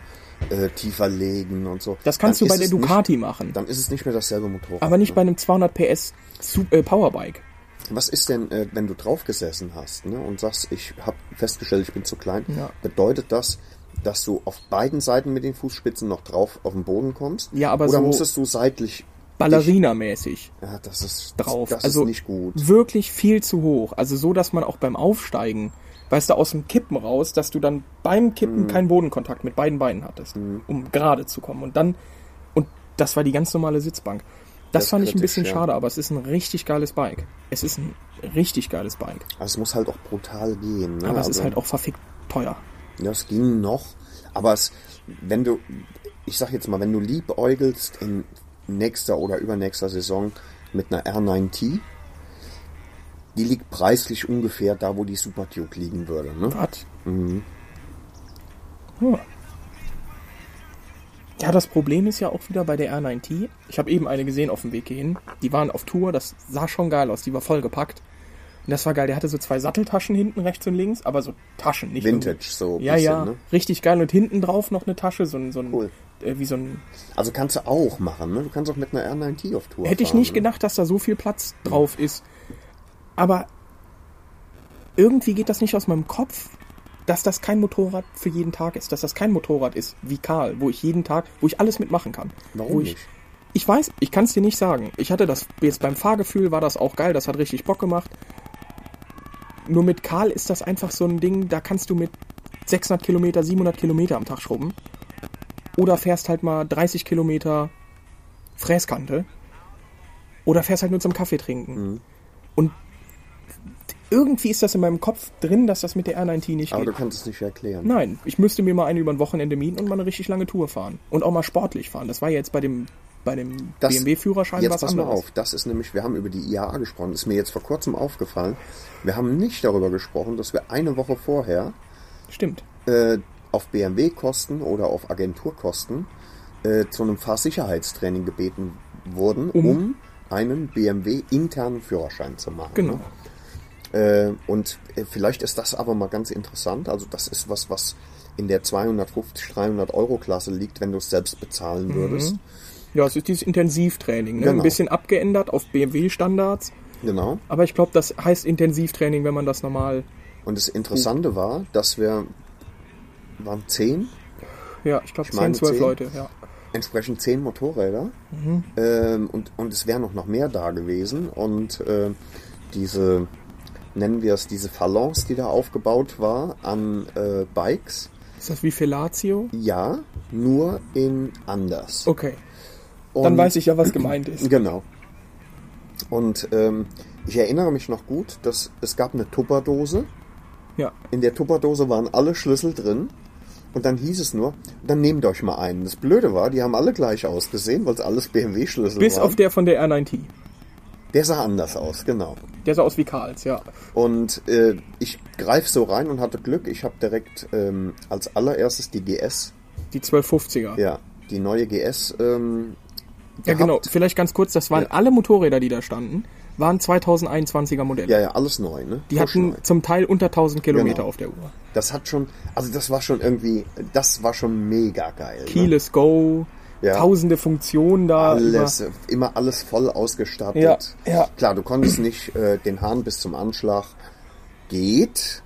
B: äh, tiefer legen und so.
C: Das kannst
B: Dann
C: du bei
B: ist
C: der
B: es nicht-
C: Ducati machen.
B: Dann ist es nicht mehr dasselbe Motorrad.
C: aber nicht
B: ne?
C: bei einem 200 PS Su- äh, Powerbike.
B: Was ist denn, äh, wenn du draufgesessen hast ne, und sagst, ich habe festgestellt, ich bin zu klein?
C: Ja.
B: Bedeutet das, dass du auf beiden Seiten mit den Fußspitzen noch drauf auf den Boden kommst?
C: Ja, aber
B: Oder
C: so
B: musstest du seitlich.
C: Ballerina-mäßig
B: Ja, das ist
C: drauf.
B: Das
C: also
B: ist nicht gut.
C: wirklich viel zu hoch. Also so, dass man auch beim Aufsteigen, weißt du, aus dem Kippen raus, dass du dann beim
B: Mhm.
C: Kippen keinen Bodenkontakt mit beiden Beinen hattest, um gerade zu kommen. Und dann, und das war die ganz normale Sitzbank. Das,
B: Das ist
C: fand ich ein
B: kritisch,
C: bisschen
B: ja.
C: schade, aber es ist ein richtig geiles Bike. Es ist ein richtig geiles Bike.
B: Also es muss halt auch brutal gehen. Ne?
C: Aber es
B: also,
C: ist halt auch verfickt teuer.
B: Ja, es ging noch. Aber es, wenn du, ich sag jetzt mal, wenn du liebäugelst in nächster oder übernächster Saison mit einer R9T, die liegt preislich ungefähr da, wo die Super Duke liegen würde. Ne?
C: Hat. Ja. ja, das Problem ist ja auch wieder bei der R9T. Ich habe eben eine gesehen auf dem Weg hierhin. Die waren auf Tour, das sah schon geil aus, die war vollgepackt. Und das war geil, der hatte so zwei Satteltaschen hinten rechts und links, aber so Taschen, nicht
B: Vintage,
C: irgendwie-
B: so ein
C: Ja,
B: bisschen,
C: ja,
B: ne?
C: richtig geil. Und hinten drauf noch eine Tasche, so ein, so ein
B: Cool.
C: äh, wie so ein
B: Also kannst du auch machen, ne? Du kannst auch mit einer R9T auf Tour
C: Hätte ich
B: fahren,
C: nicht
B: ne?
C: gedacht, dass da so viel Platz drauf ist. Aber irgendwie geht das nicht aus meinem Kopf, dass das kein Motorrad für jeden Tag ist. Dass das kein Motorrad ist wie Karl, wo ich jeden Tag, wo ich alles mitmachen kann.
B: Warum
C: wo ich,
B: nicht?
C: Ich weiß, ich kann es dir nicht sagen. Ich hatte das jetzt beim Fahrgefühl, war das auch geil, das hat richtig Bock gemacht. Nur mit Karl ist das einfach so ein Ding, da kannst du mit 600 Kilometer, 700 Kilometer am Tag schrubben. Oder fährst halt mal 30 Kilometer Fräskante. Oder fährst halt nur zum Kaffee trinken.
B: Mhm.
C: Und irgendwie ist das in meinem Kopf drin, dass das mit der R9T nicht
B: Aber du
C: geht.
B: kannst es nicht erklären.
C: Nein, ich müsste mir mal eine über ein Wochenende mieten und mal eine richtig lange Tour fahren. Und auch mal sportlich fahren. Das war jetzt bei dem, bei dem
B: Das-
C: BMW-Führerschein
B: Jetzt
C: was
B: pass mal
C: anderes.
B: auf, das ist nämlich, wir haben über die IAA gesprochen, ist mir jetzt vor kurzem aufgefallen. Wir haben nicht darüber gesprochen, dass wir eine Woche vorher
C: Stimmt.
B: äh, auf BMW-Kosten oder auf Agenturkosten äh, zu einem Fahrsicherheitstraining gebeten wurden, um, einen BMW-internen Führerschein zu machen.
C: Genau.
B: ne? Äh, und äh, vielleicht ist das aber mal ganz interessant. Also das ist was, was in der 250, 300 Euro Klasse liegt, wenn du es selbst bezahlen würdest.
C: Ja, es ist dieses Intensivtraining. Ne? Ein
B: Genau.
C: bisschen abgeändert auf BMW-Standards.
B: Genau.
C: Aber ich glaube, das heißt Intensivtraining, wenn man das normal.
B: Und das Interessante war, dass wir waren zehn,
C: Ja, ich glaube,
B: Ich meine
C: 10, 12
B: 10.
C: Leute. Ja.
B: entsprechend zehn Motorräder.
C: Mhm.
B: Ähm, und, und es wären noch, noch mehr da gewesen. Und äh, diese, nennen wir es, diese Phalanx, die da aufgebaut war an äh, Bikes,
C: Ist das wie Fellatio?
B: ja, nur in anders.
C: Okay, dann
B: Und-
C: weiß ich ja, was gemeint ist.
B: Genau. Und ähm, ich erinnere mich noch gut, dass es gab eine Tupperdose.
C: Ja,
B: In der Tupperdose waren alle Schlüssel drin. Und dann hieß es nur, dann nehmt euch mal einen. Das Blöde war, die haben alle gleich ausgesehen, weil es alles BMW-Schlüssel
C: bis
B: waren.
C: auf der von der R9T.
B: der sah anders aus, genau.
C: Der sah aus wie Karls, ja.
B: Und äh, ich greif so rein und hatte Glück. Ich habe direkt ähm, als allererstes die GS,
C: Die 1250er.
B: ja, die neue GS. Ähm,
C: Ja,
B: gehabt.
C: genau. Vielleicht ganz kurz, das waren
B: Ja.
C: alle Motorräder, die da standen, waren 2021er Modelle.
B: Ja, ja, alles neu, ne?
C: Die hatten
B: Push neu.
C: zum Teil unter 1000 Kilometer
B: Genau.
C: auf der Uhr.
B: Das hat schon, also das war schon irgendwie, das war schon mega geil. Ne?
C: Keyless Go,
B: Ja.
C: tausende Funktionen da.
B: Alles,
C: über-
B: äh, immer alles voll ausgestattet.
C: Ja, ja.
B: Klar, du konntest nicht äh, den Hahn bis zum Anschlag. Geht.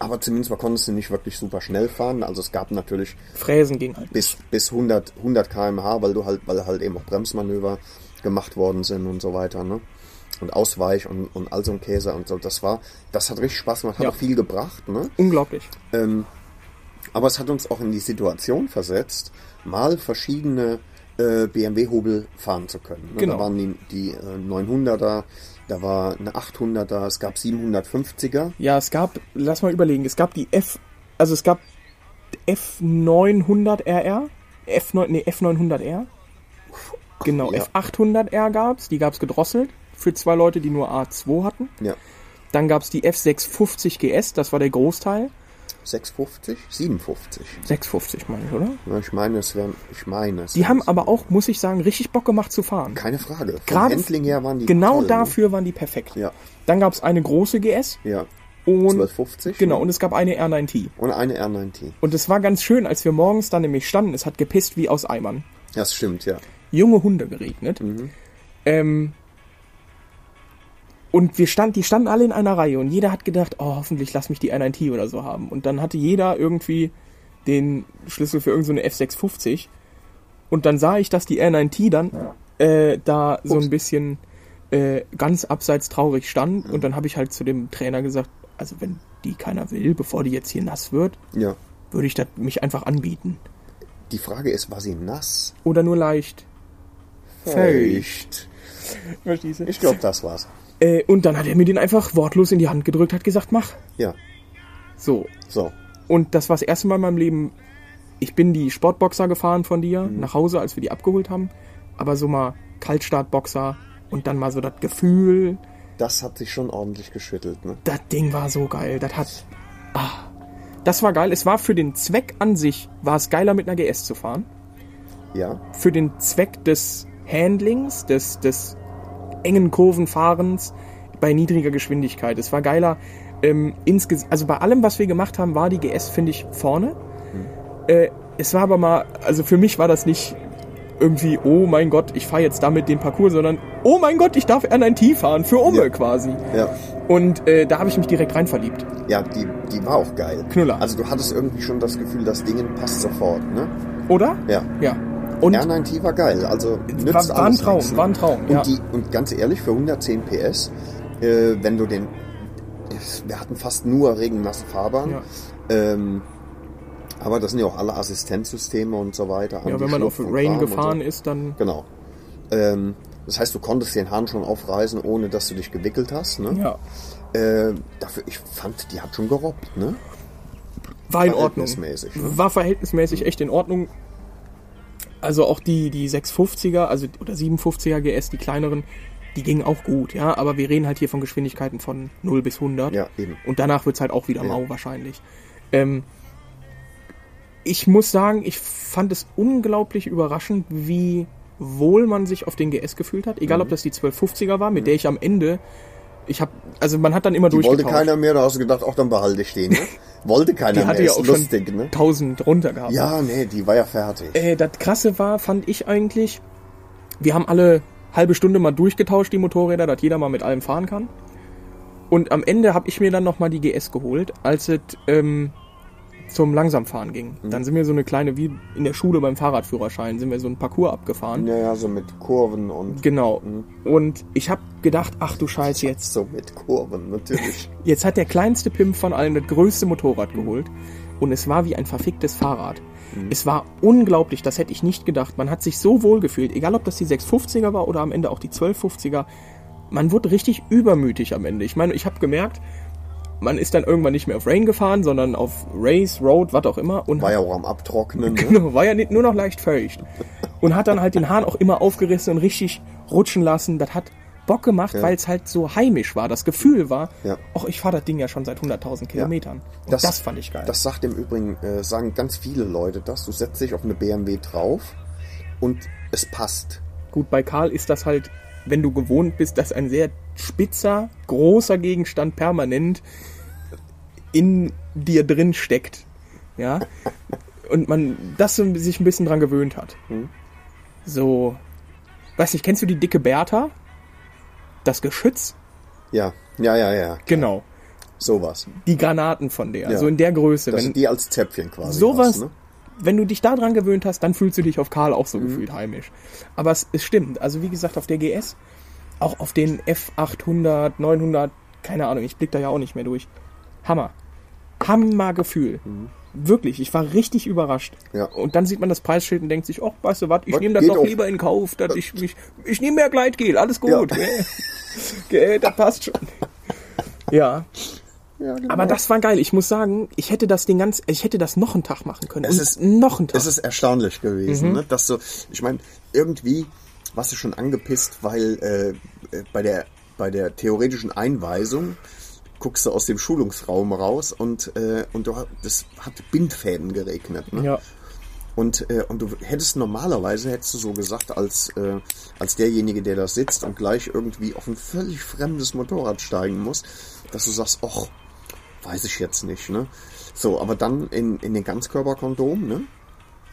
B: Aber zumindest mal konntest du nicht wirklich super schnell fahren. Also es gab natürlich
C: Fräsen ging halt.
B: bis, bis 100, 100 km/h, weil du halt, weil halt eben auch Bremsmanöver gemacht worden sind und so weiter, ne? Und Ausweich und, und all so ein Käse und so. Das war, das hat richtig Spaß gemacht, hat
C: Ja.
B: auch viel gebracht, ne?
C: Unglaublich.
B: Aber es hat uns auch in die Situation versetzt, mal verschiedene äh, BMW-Hobel fahren zu können. Ne?
C: Genau.
B: Da waren die, die äh, 900er, da war eine 800er, es gab 750er.
C: Ja, es gab, lass mal überlegen, es gab die F, also es gab F900RR, F9, nee, F900R. Genau,
B: ja.
C: F800R gab's, die gab's gedrosselt für zwei Leute, die nur A2 hatten.
B: Ja.
C: Dann gab's die F650 GS, das war der Großteil.
B: 650? 57.
C: 650 meine ich, oder?
B: Ja, Ne, ich meine, es wären, ich meine, es
C: Die
B: wären-
C: haben aber auch, muss ich sagen, richtig Bock gemacht zu fahren.
B: keine Frage. Vom
C: Gerade-
B: Handling her waren die
C: Genau
B: toll, ne?
C: dafür waren die perfekt.
B: Ja.
C: Dann gab's eine große GS
B: Ja.
C: und
B: 1250.
C: genau und es gab eine R9T.
B: Und eine R9T.
C: Und es war ganz schön, als wir morgens dann nämlich standen. Es hat gepisst wie aus Eimern.
B: Das stimmt, ja.
C: junge Hunde geregnet. Ähm, und wir stand, die standen alle in einer Reihe und jeder hat gedacht, oh, hoffentlich lass mich die R9T oder so haben. Und dann hatte jeder irgendwie den Schlüssel für irgendeine so eine F650. Und dann sah ich, dass die R9T dann äh, da so ein bisschen äh, ganz abseits traurig stand. Und dann habe ich halt zu dem Trainer gesagt, also wenn die keiner will, bevor die jetzt hier nass wird,
B: Ja.
C: würde ich das mich einfach anbieten.
B: Die Frage ist, war sie nass?
C: Oder nur leicht.
B: Feucht.
C: Verstehst du?
B: Ich glaube, das war's.
C: Äh, und dann hat er mir den einfach wortlos in die Hand gedrückt, hat gesagt, mach.
B: Ja.
C: So.
B: So.
C: Und das war das erste Mal in meinem Leben. Ich bin die Sportboxer gefahren von dir nach Hause, als wir die abgeholt haben. Aber so mal Kaltstartboxer und dann mal so das Gefühl,
B: Das hat sich schon ordentlich geschüttelt, ne?
C: das Ding war so geil. Das hat. Ah, das war geil. Es war für den Zweck an sich, war es geiler mit einer GS zu fahren.
B: Ja.
C: für den Zweck des Handlings, des, des engen Kurvenfahrens bei niedriger Geschwindigkeit. Es war geiler. Ähm, insges also bei allem, was wir gemacht haben, war die GS, finde ich, vorne.
B: Hm.
C: Äh, es war aber mal, also für mich war das nicht irgendwie, oh mein Gott, ich fahre jetzt damit den Parcours, sondern oh mein Gott, ich darf R9T fahren, für Ome
B: Ja.
C: quasi.
B: Ja.
C: Und äh, da habe ich mich direkt rein verliebt.
B: Ja, die, die war auch geil.
C: Knüller.
B: Also du hattest irgendwie schon das Gefühl, das Ding passt sofort, ne?
C: Oder?
B: Ja.
C: Ja. Und
B: R9T war geil. Also nützt
C: war, war ein
B: alles
C: Traum,
B: nichts, ne?
C: war ein Traum.
B: Und,
C: Ja.
B: die, und ganz ehrlich, für 110 PS, äh, wenn du den. Wir hatten fast nur regennasse Fahrbahn.
C: Ja.
B: Ähm, aber das sind ja auch alle Assistenzsysteme und so weiter.
C: ja, wenn man auf Rain gefahren ist, dann
B: Genau. Ähm, das heißt, du konntest den Hahn schon aufreißen, ohne dass du dich gewickelt hast. Ne?
C: ja,
B: Äh, dafür, ich fand, die hat schon gerobbt. Ne?
C: war in Ordnung.
B: Verhältnismäßig, ne?
C: War verhältnismäßig echt in Ordnung. Also auch die, die 650er, also oder 750er GS, die kleineren, die gingen auch gut, ja. Aber wir reden halt hier von Geschwindigkeiten von 0 bis 100.
B: Ja, eben.
C: Und danach wird's halt auch wieder mau wahrscheinlich. Ähm, ich muss sagen, ich fand es unglaublich überraschend, wie wohl man sich auf den GS gefühlt hat.
B: Mhm.
C: Egal, ob das die 1250er war, mit der ich am Ende, ich habe, also man hat dann immer
B: Die wollte
C: durchgetauscht.
B: keiner mehr, da hast du gedacht, auch dann behalte ich den. Ne? Wollte keiner
C: die hatte
B: mehr,
C: ja
B: ist
C: auch
B: lustig.
C: schon
B: Ne?
C: 1000 runter gehabt.
B: Ja, nee, die war ja fertig.
C: Äh, das Krasse war, fand ich eigentlich, wir haben alle halbe Stunde mal durchgetauscht, die Motorräder, dass jeder mal mit allem fahren kann. Und am Ende habe ich mir dann nochmal die GS geholt, als es ähm, zum Langsamfahren ging. Dann sind wir so eine kleine, wie in der Schule beim Fahrradführerschein, sind wir so einen Parcours abgefahren.
B: Ja, ja, so mit Kurven und
C: Genau. Und ich habe gedacht, ach du Scheiße, jetzt
B: so mit Kurven natürlich.
C: Jetzt hat der kleinste Pimp von allen das größte Motorrad geholt und es war wie ein verficktes Fahrrad. Es war unglaublich, das hätte ich nicht gedacht. Man hat sich so wohl gefühlt, egal ob das die 650er war oder am Ende auch die 1250er. Man wurde richtig übermütig am Ende. Ich meine, ich habe gemerkt, man ist dann irgendwann nicht mehr auf Rain gefahren, sondern auf Race, Road, was auch immer. Und
B: War ja auch am Abtrocknen. Ne?
C: Genau, war ja nicht, nur noch leicht feucht. Und hat dann halt den Hahn auch immer aufgerissen und richtig rutschen lassen. Das hat Bock gemacht, weil es halt so heimisch war. Das Gefühl war,
B: Ja.
C: ach, ich fahre das Ding ja schon seit 100.000 Kilometern. Und das, fand ich geil.
B: Das sagt im Übrigen, äh, sagen ganz viele Leute das. Du setzt dich auf eine BMW drauf und es passt.
C: Gut, bei Karl ist das halt, wenn du gewohnt bist, dass ein sehr spitzer, großer Gegenstand permanent in dir drin steckt. Ja. Und man das so sich ein bisschen dran gewöhnt hat.
B: Mhm.
C: So. Weiß nicht, kennst du die dicke Bertha? Das Geschütz?
B: Ja, ja, ja, ja.
C: Genau.
B: Sowas.
C: Die Granaten von der.
B: Ja.
C: So in der Größe.
B: Das
C: Wenn,
B: sind die als Zäpfchen quasi.
C: sowas,
B: hast, ne? Mhm.
C: wenn du dich daran gewöhnt hast, dann fühlst du dich auf Karl auch so gefühlt heimisch. Aber es, es stimmt. Also wie gesagt, auf der GS, auch auf den F800, 900, keine Ahnung, ich blick da ja auch nicht mehr durch. Hammer. Hammer Gefühl. Wirklich, ich war richtig überrascht.
B: Mhm. Ja.
C: Und dann sieht man das Preisschild und denkt sich, oh, weißt du was, ich
B: Was?
C: nehme das
B: Geht
C: doch
B: auf.
C: lieber in Kauf, dass ich mich, ich nehme mehr Gleitgel, alles gut.
B: Ja.
C: Gell, Gell, das passt schon. Ja,
B: Ja, genau.
C: aber das war geil. Ich muss sagen, ich hätte das den ganz, ich hätte das noch einen Tag machen können.
B: Es
C: Und
B: ist-
C: noch einen Tag.
B: Es ist erstaunlich gewesen, ne? dass so, ich meine, irgendwie warst du schon angepisst, weil äh, äh, bei, der, bei der theoretischen Einweisung guckst du aus dem Schulungsraum raus und, äh, und du, das hat Bindfäden geregnet. Ne?
C: ja.
B: Und, äh, und du hättest normalerweise, hättest du so gesagt, als, äh, als derjenige, der da sitzt und gleich irgendwie auf ein völlig fremdes Motorrad steigen muss, dass du sagst, och, weiß ich jetzt nicht, ne? So, aber dann in, in den Ganzkörperkondom, ne?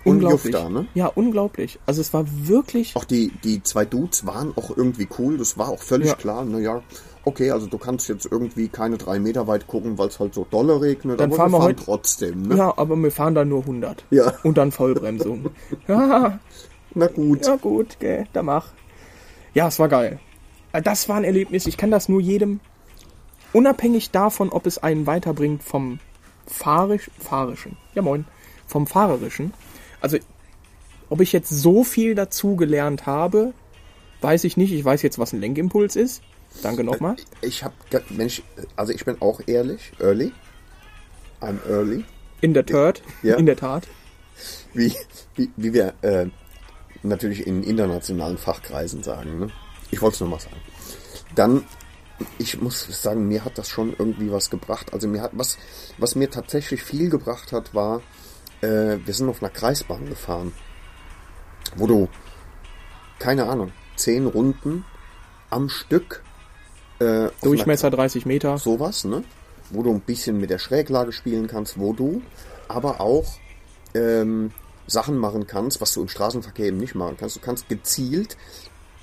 B: Und
C: Unglaublich.
B: Jufta, ne?
C: Ja, unglaublich. Also es war wirklich.
B: Auch die, die zwei Dudes waren auch irgendwie cool, das war auch völlig
C: Ja.
B: klar, ne? Ja, okay, also du kannst jetzt irgendwie keine drei Meter weit gucken, weil es halt so dolle regnet,
C: Dann
B: aber
C: fahren wir
B: fahren
C: heute-
B: trotzdem, ne?
C: Ja, aber wir fahren da nur 100.
B: Ja.
C: Und dann Vollbremsung. ja,
B: Na gut.
C: ja gut, gell, da mach. Ja, es war geil. Äh, Das war ein Erlebnis. Ich kann das nur jedem, unabhängig davon, ob es einen weiterbringt vom Fahrisch, Fahrischen, ja moin, vom Fahrerischen. Also, ob ich jetzt so viel dazu gelernt habe, weiß ich nicht. Ich weiß jetzt, was ein Lenkimpuls ist. Danke nochmal.
B: Ich habe, Mensch, also ich bin auch ehrlich, early. I'm early.
C: In der Tat.
B: Ja.
C: In der Tat.
B: Wie, wie, wie wir äh, natürlich in internationalen Fachkreisen sagen. Ne? Ich wollte es nur mal sagen. Dann, ich muss sagen, mir hat das schon irgendwie was gebracht. Also mir hat was, was mir tatsächlich viel gebracht hat, war, äh, wir sind auf einer Kreisbahn gefahren, wo du, keine Ahnung, zehn Runden am Stück äh, auf einer
C: Durchmesser 30 Meter.
B: sowas, ne? Wo du ein bisschen mit der Schräglage spielen kannst, wo du aber auch ähm, Sachen machen kannst, was du im Straßenverkehr eben nicht machen kannst. Du kannst gezielt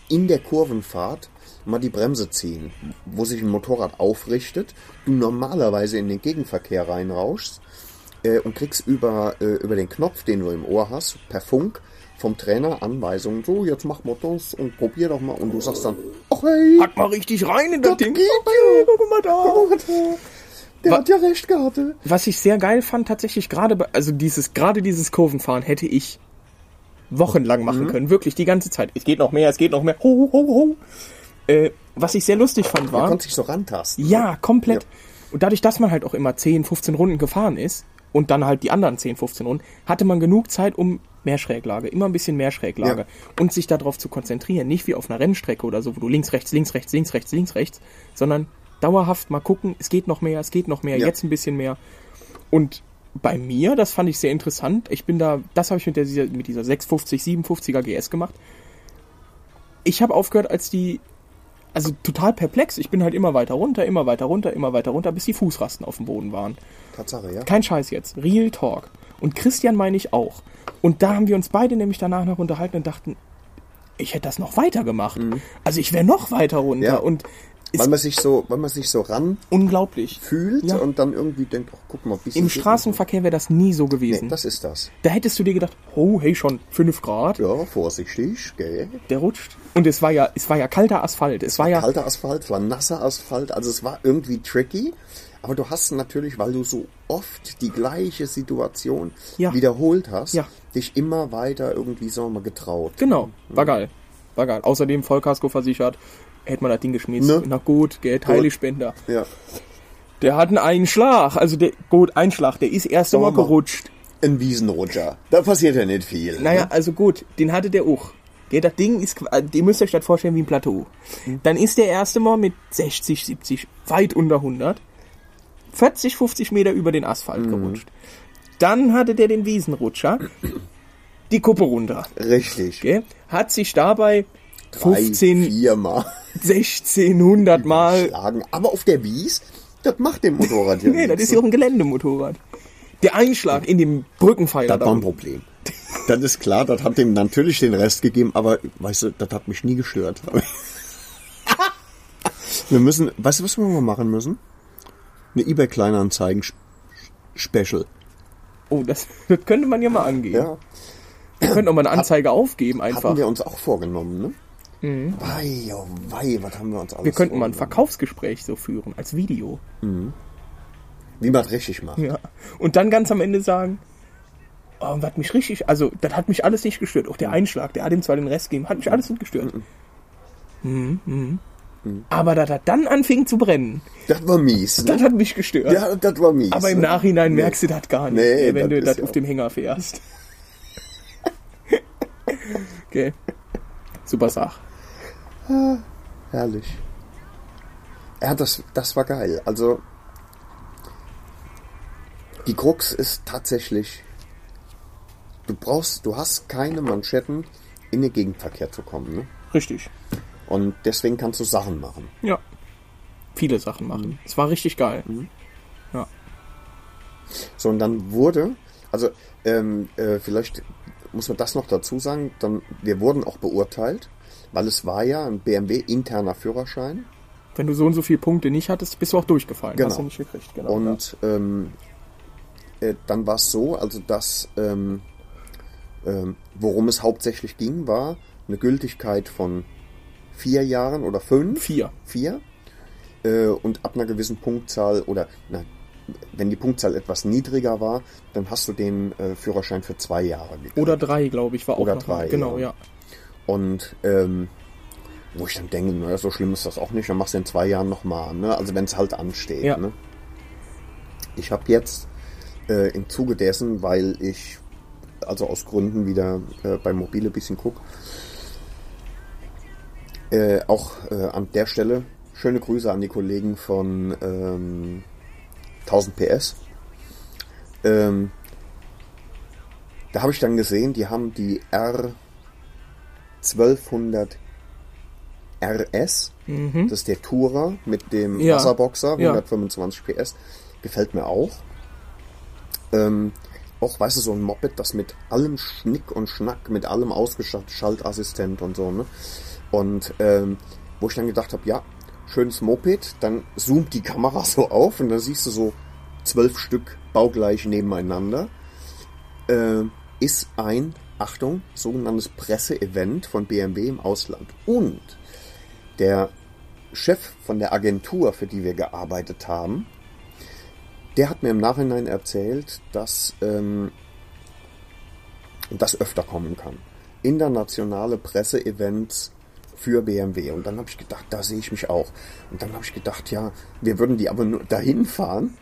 B: in der Kurvenfahrt mal die Bremse ziehen, wo sich ein Motorrad aufrichtet, du normalerweise in den Gegenverkehr reinrauschst äh, und kriegst über, äh, über den Knopf, den du im Ohr hast, per Funk vom Trainer Anweisungen, so jetzt mach mal das und probier doch mal und du sagst dann, ach hey,
C: Pack mal richtig rein in das
B: Das
C: Ding.
B: geht
C: Guck mal,
B: ja.
C: guck mal da.
B: der
C: Wa-
B: hat ja recht gehabt. ne? ey.
C: Was ich sehr geil fand, tatsächlich gerade, bei- also dieses, gerade dieses Kurvenfahren hätte ich wochenlang machen
B: Mhm.
C: können. Wirklich, die ganze Zeit. Es geht noch mehr, es geht noch mehr. Ho, ho, ho. Äh, was ich sehr lustig fand
B: Man
C: war,
B: konnte sich so rantasten.
C: ja, komplett.
B: Ja.
C: Und dadurch, dass man halt auch immer 10, 15 Runden gefahren ist und dann halt die anderen 10, 15 Runden, hatte man genug Zeit, um mehr Schräglage, immer ein bisschen mehr Schräglage
B: Ja.
C: und sich darauf zu konzentrieren. Nicht wie auf einer Rennstrecke oder so, wo du links, rechts, links, rechts, links, rechts, links, rechts, sondern dauerhaft mal gucken, es geht noch mehr, es geht noch mehr,
B: Ja.
C: jetzt ein bisschen mehr. Und bei mir, das fand ich sehr interessant, ich bin da, das habe ich mit, der, mit dieser 650, 750er GS gemacht. Ich habe aufgehört, als die also total perplex. Ich bin halt immer weiter runter, immer weiter runter, immer weiter runter, bis die Fußrasten auf dem Boden waren.
B: Tatsache, ja.
C: Kein Scheiß jetzt. Real Talk. Und Christian meine ich auch. Und da haben wir uns beide nämlich danach noch unterhalten und dachten, ich hätte das noch weiter gemacht. Also ich wäre noch weiter runter.
B: Mhm. Ja.
C: Und ist
B: Weil man sich so, weil man sich so ranfühlt
C: unglaublich. Ja.
B: und dann irgendwie denkt, ach, guck mal, ein bisschen.
C: Im Straßenverkehr wäre das nie so gewesen.
B: Nee, das ist das.
C: da hättest du dir gedacht, oh, hey, schon 5 Grad,
B: Ja, vorsichtig, gell.
C: der rutscht. Und es war ja, es war ja kalter Asphalt. Es war ja,
B: Kalter Asphalt, es war nasser Asphalt, also es war irgendwie tricky. Aber du hast natürlich, weil du so oft die gleiche Situation
C: Ja.
B: wiederholt hast,
C: Ja.
B: dich immer weiter irgendwie, sagen wir mal, getraut.
C: Genau,
B: Mhm.
C: war geil. War geil. Außerdem Vollkasko versichert, hätte man das Ding geschmissen.
B: Ne?
C: Na gut, gell, Teilespender.
B: Ja.
C: Der hat einen Einschlag, also der, gut, Einschlag, der ist erst einmal
B: Sauber.
C: gerutscht.
B: Ein Wiesenrutscher. Da passiert ja nicht viel.
C: Naja, also gut, den hatte der auch. Gell, das Ding ist, qu- äh, ihr müsst euch das vorstellen wie ein Plateau.
B: Mhm.
C: Dann ist der erste Mal mit 60, 70, weit unter 100, 40, 50 Meter über den Asphalt
B: Mhm.
C: gerutscht. Dann hatte der den Wiesenrutscher, die Kuppe runter.
B: ne? Richtig.
C: Gell, hat sich dabei
B: Drei,
C: 15,
B: Viermal.
C: 1600 Mal.
B: Schlagen. Aber auf der Wies, das macht dem Motorrad ja
C: Nee, das
B: nichts.
C: ist ja auch ein Geländemotorrad. Der Einschlag in dem Brückenpfeiler.
B: Das war ein
C: da.
B: Problem. Das ist klar, das hat dem natürlich den Rest gegeben, aber weißt du, das hat mich nie gestört. Wir müssen, weißt du, was wir mal machen müssen? Eine eBay-Kleinanzeigen-Special.
C: Oh, das, das könnte man ja mal angehen.
B: Ja,
C: Wir könnten auch mal eine Anzeige aufgeben einfach.
B: hatten
C: Wir,
B: wir uns auch vorgenommen, ne? Wei, oh wei, was haben wir uns alles
C: könnten mal ein
B: vorgenommen?
C: Verkaufsgespräch so führen, als Video.
B: Wie man es richtig macht.
C: Ja. Und dann ganz am Ende sagen, oh, und hat mich richtig, also das hat mich alles nicht gestört. Auch der Einschlag, der hat ihm zwar den Rest gegeben, hat mich alles nicht gestört. Mhm, mhm. Aber dass er dann anfing zu brennen,
B: Das war mies.
C: das
B: Ne?
C: hat mich gestört.
B: Ja, das war mies. ne?
C: Aber im Nachhinein merkst du das gar nicht, ne,
B: Nee,
C: wenn
B: das
C: du das
B: ist ja
C: auf dem Hänger fährst. okay. Super Sach.
B: Herrlich. Ja, das, das war geil. Also, die Krux ist tatsächlich, du brauchst, du hast keine Manschetten, in den Gegenverkehr zu kommen. Ne?
C: Richtig.
B: Und deswegen kannst du Sachen machen.
C: Ja. Viele Sachen machen.
B: Mhm.
C: Es war richtig geil. Ja.
B: So, und dann wurde, also, ähm, äh, vielleicht muss man das noch dazu sagen, dann, wir wurden auch beurteilt, weil es war ja ein BMW-interner Führerschein.
C: Wenn du so und so viele Punkte nicht hattest, bist du auch durchgefallen.
B: Genau.
C: Hast du nicht gekriegt. Genau. ja.
B: Und ähm, äh, dann war es so, also das, ähm, ähm, worum es hauptsächlich ging, war eine Gültigkeit von vier Jahren oder fünf.
C: Vier.
B: Vier. Äh, und ab einer gewissen Punktzahl oder na, wenn die Punktzahl etwas niedriger war, dann hast du den äh, Führerschein für zwei Jahre gekriegt.
C: Oder drei, glaube ich, war auch
B: Oder
C: noch
B: drei,
C: mal. Genau,
B: ja.
C: ja.
B: Und ähm, wo ich dann denke, naja, so schlimm ist das auch nicht, dann machst du in zwei Jahren nochmal, ne? Also wenn es halt ansteht.
C: Ja.
B: Ne? Ich habe jetzt äh, im Zuge dessen, weil ich also aus Gründen wieder äh, bei Mobile ein bisschen guck, äh, auch äh, an der Stelle schöne Grüße an die Kollegen von ähm, 1000 PS. Ähm, da habe ich dann gesehen, die haben die R 1200 RS. Das ist der Tourer mit dem
C: Mhm. Ja.
B: Wasserboxer,
C: Ja.
B: 125 PS. Gefällt mir auch. Ähm, auch, weißt du, so ein Moped, das mit allem Schnick und Schnack, mit allem ausgestattet, Schaltassistent und so, ne? Und ähm, wo ich dann gedacht habe, ja, schönes Moped, dann zoomt die Kamera so auf und dann siehst du so zwölf Stück baugleich nebeneinander. Ähm, ist ein, Achtung, sogenanntes Presseevent von BMW im Ausland. Und der Chef von der Agentur, für die wir gearbeitet haben, der hat mir im Nachhinein erzählt, dass ähm, das öfter kommen kann. Internationale Presseevents für BMW. Und dann habe ich gedacht, da sehe ich mich auch. Und dann habe ich gedacht, ja, wir würden die aber nur dahin fahren,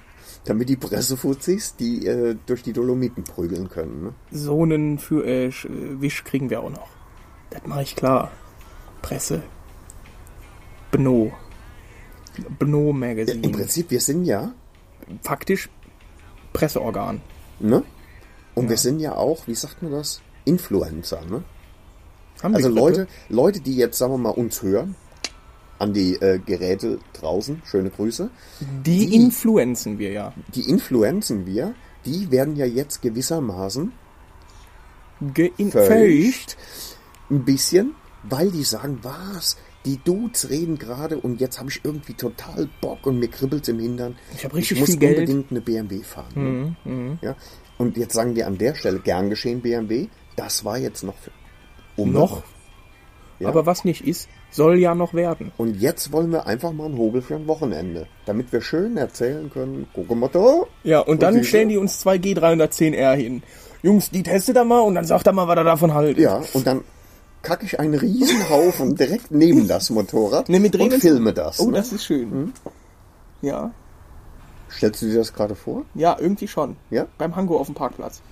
B: damit die Pressefuzis die äh, durch die Dolomiten prügeln können. Ne?
C: So einen für äh, Sch- äh, Wisch kriegen wir auch noch. Das mache ich klar. Presse. Bno. Bno Magazine.
B: Im Prinzip, wir sind ja,
C: Faktisch Presseorgan.
B: ne? Und wir sind ja auch, wie sagt man das? Influencer, ne?
C: Haben
B: Also
C: Begriffe?
B: Leute, Leute, die jetzt, sagen wir mal, uns hören, an die äh, Geräte draußen, schöne Grüße,
C: Die, influenzen wir ja.
B: die influenzen wir, die werden ja jetzt gewissermaßen
C: Geinfälscht.
B: fälscht, ein bisschen, weil die sagen, was, die Dudes reden gerade und jetzt habe ich irgendwie total Bock und mir kribbelt's im Hintern.
C: Ich hab richtig
B: ich muss
C: viel Geld. Mhm,
B: unbedingt eine BMW fahren. ne? ja? Und jetzt sagen wir an der Stelle, gern geschehen BMW, das war jetzt noch für, um
C: Noch.
B: Ja.
C: Aber was nicht ist, soll ja noch werden.
B: Und jetzt wollen wir einfach mal einen Hobel für ein Wochenende, damit wir schön erzählen können, gucke mal da.
C: Ja, und dann
B: diese-
C: stellen die uns zwei G310R hin. Jungs, die testet er mal und dann sagt er mal, was er davon haltet.
B: Ja, und dann kacke ich einen Riesenhaufen direkt neben das Motorrad
C: Ne, mit
B: und
C: Regeln-
B: filme das.
C: Oh,
B: ne?
C: das ist schön. Ja,
B: Stellst du dir das gerade vor?
C: ja, irgendwie schon.
B: Ja?
C: Beim Hango auf dem Parkplatz.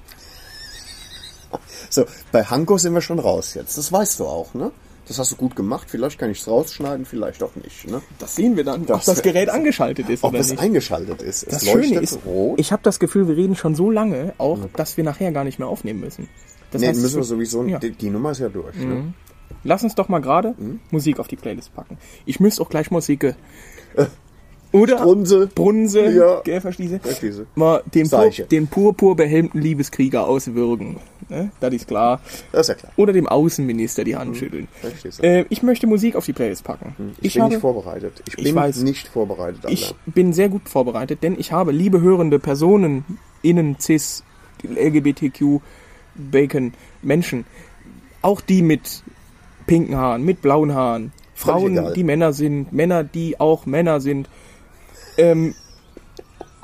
B: So, bei Hanko sind wir schon raus jetzt. Das weißt du auch, ne? Das hast du gut gemacht. Vielleicht kann ich es rausschneiden, vielleicht auch nicht, ne?
C: Das sehen wir dann, ob
B: Das-
C: das Gerät angeschaltet ist
B: Ob
C: oder
B: es
C: nicht.
B: eingeschaltet ist.
C: Das
B: es leuchtet
C: Schöne ist,
B: rot.
C: ich habe das Gefühl, wir reden schon so lange, auch, dass wir nachher gar nicht mehr aufnehmen müssen. Das
B: nee,
C: heißt, es
B: müssen wir
C: wird-
B: sowieso.
C: Ja. Mhm.
B: Die, die Nummer ist ja durch. Ne?
C: Lass uns doch mal gerade
B: Mhm.
C: Musik auf die Playlist packen. Ich müsste auch gleich Musik. Oder
B: Strunse.
C: Brunse,
B: Äh, Ja.
C: gell, verstehste?
B: Verstehste.
C: Mal den, pur,
B: Seiche.
C: den purpur behelmten Liebeskrieger auswürgen. Ne? Das ist klar.
B: Das ist ja klar.
C: Oder dem Außenminister die
B: Mhm.
C: Hand schütteln.
B: verstehste.
C: Äh, ich möchte Musik auf die Playlist packen.
B: Mhm. Ich, bin nicht vorbereitet. Ich bin
C: weiß.
B: nicht vorbereitet, Alter.
C: ich bin sehr gut vorbereitet, denn ich habe liebe hörende Personen, innen, cis, LGBTQ, Bacon, Menschen, auch die mit pinken Haaren, mit blauen Haaren,
B: Völlig
C: Frauen,
B: egal.
C: die Männer sind, Männer, die auch Männer sind, ähm,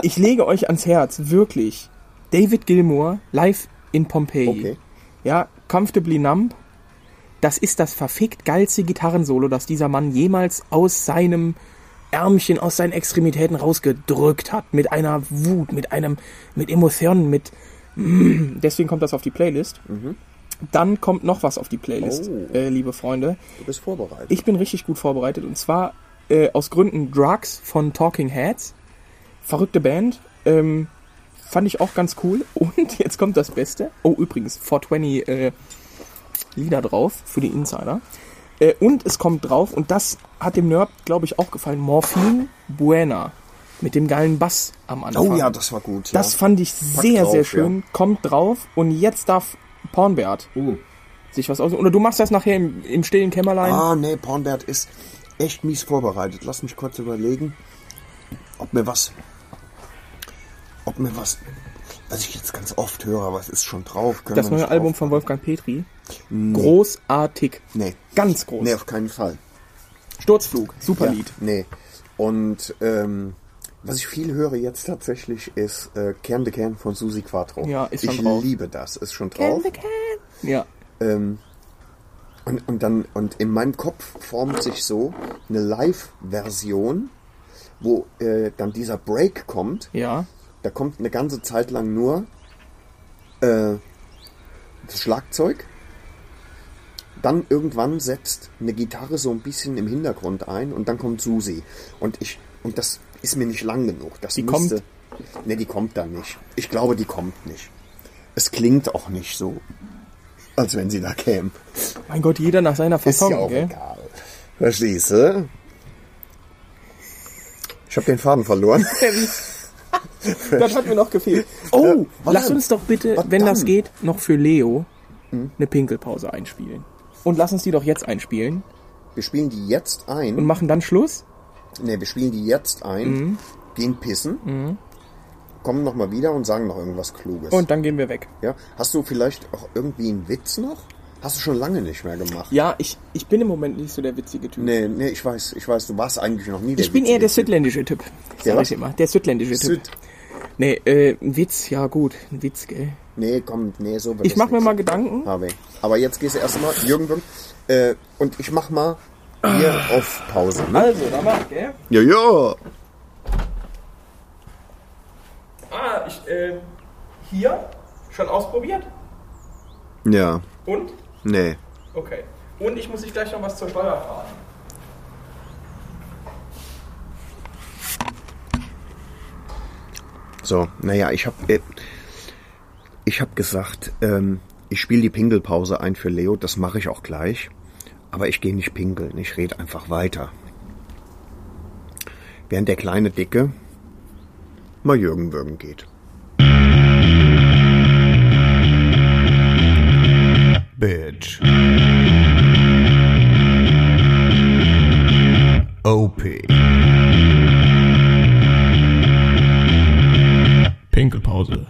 C: ich lege euch ans Herz, wirklich. David Gilmour live in Pompeji.
B: Okay.
C: Ja, Comfortably Numb. Das ist das verfickt geilste Gitarrensolo, das dieser Mann jemals aus seinem Ärmchen, aus seinen Extremitäten rausgedrückt hat. Mit einer Wut, mit einem, mit Emotionen, mit. Deswegen kommt das auf die Playlist. Dann kommt noch was auf die Playlist,
B: Oh.
C: äh, liebe Freunde.
B: Du bist vorbereitet.
C: Ich bin richtig gut vorbereitet und zwar äh, aus Gründen Drugs von Talking Heads. Verrückte Band. Ähm, fand ich auch ganz cool. Und jetzt kommt das Beste. Oh, übrigens, 420 äh, Lieder drauf für die Insider. Äh, und es kommt drauf, und das hat dem Nerd, glaube ich, auch gefallen, Morphin Buena. Mit dem geilen Bass am Anfang.
B: oh ja, das war gut.
C: Das
B: ja.
C: fand ich sehr,
B: drauf,
C: sehr schön. Kommt drauf und jetzt darf Pornbert sich was aus. Oder du machst das nachher im, im stillen Kämmerlein.
B: Ah, nee, Pornbert ist echt mies vorbereitet. Lass mich kurz überlegen, ob mir was. Ob mir was. Was ich jetzt ganz oft höre, aber es ist schon drauf. können
C: Das
B: wir
C: neue
B: nicht
C: Album
B: drauf
C: von
B: machen.
C: Wolfgang Petri. Großartig.
B: Nee.
C: Ganz groß.
B: Nee, auf keinen Fall.
C: Sturzflug. Super
B: Ja,
C: Lied.
B: nee. Und ähm, was ich viel höre jetzt tatsächlich ist äh, Kern de Kern von Susi Quattro.
C: Ja, ist
B: ich
C: schon drauf.
B: liebe das. Ist schon drauf.
C: Ja.
B: Ähm, und, und dann, und in meinem Kopf formt sich so eine Live-Version, wo äh, dann dieser Break kommt.
C: Ja.
B: Da kommt eine ganze Zeit lang nur äh, das Schlagzeug. Dann irgendwann setzt eine Gitarre so ein bisschen im Hintergrund ein und dann kommt Susi. Und ich, und das ist mir nicht lang genug. Das
C: Die
B: müsste, kommt. Ne, die kommt da nicht. Ich glaube, die kommt nicht. Es klingt auch nicht so, als wenn sie da käme.
C: Mein Gott, jeder nach seiner
B: Ist
C: Fassung,
B: ja auch
C: gell?
B: egal. Verstehst du? Ich habe den Faden verloren.
C: Das hat mir noch gefehlt. Oh,
B: was
C: lass
B: denn?
C: uns doch bitte,
B: Was
C: wenn das
B: dann? Hm?
C: geht, noch für Leo eine Pinkelpause einspielen. Und lass uns die doch jetzt einspielen
B: Wir spielen die jetzt ein.
C: und machen dann Schluss.
B: Ne, wir spielen die jetzt ein,
C: Mhm.
B: gehen pissen, kommen nochmal wieder und sagen noch irgendwas Kluges.
C: Und dann gehen wir weg.
B: ja, hast du vielleicht auch irgendwie einen Witz noch? Hast du schon lange nicht mehr gemacht?
C: Ja, ich, ich bin im Moment nicht so der witzige Typ.
B: Nee, nee, ich weiß, ich weiß, du warst eigentlich noch nie der
C: Ich bin eher der
B: witzige Typ.
C: südländische Typ.
B: Der
C: Sag
B: was?
C: ich immer. Der südländische Typ.
B: Süd.
C: Nee, äh, ein Witz, ja gut. Ein Witz, gell?
B: Nee, komm, nee, so wird
C: Ich
B: das
C: mach mir
B: nix.
C: mal Gedanken.
B: Harvey. Aber jetzt gehst du erstmal, Jürgen, Jürgen, äh, und ich mach mal hier auf Pause. Ne?
C: Also, da war, gell?
B: Ja, ja.
C: Ah, ich, äh, hier schon ausprobiert
B: Ja,
C: und?
B: nee.
C: Okay. Und ich muss dich gleich noch was zur Steuer fragen.
B: So, naja, ich habe äh, ich hab gesagt, ähm, ich spiele die Pinkelpause ein für Leo, das mache ich auch gleich. Aber ich gehe nicht pinkeln, ich rede einfach weiter. Während der kleine Dicke mal Jürgen Würgen geht.
A: Bitch. OP.
E: Pinkelpause.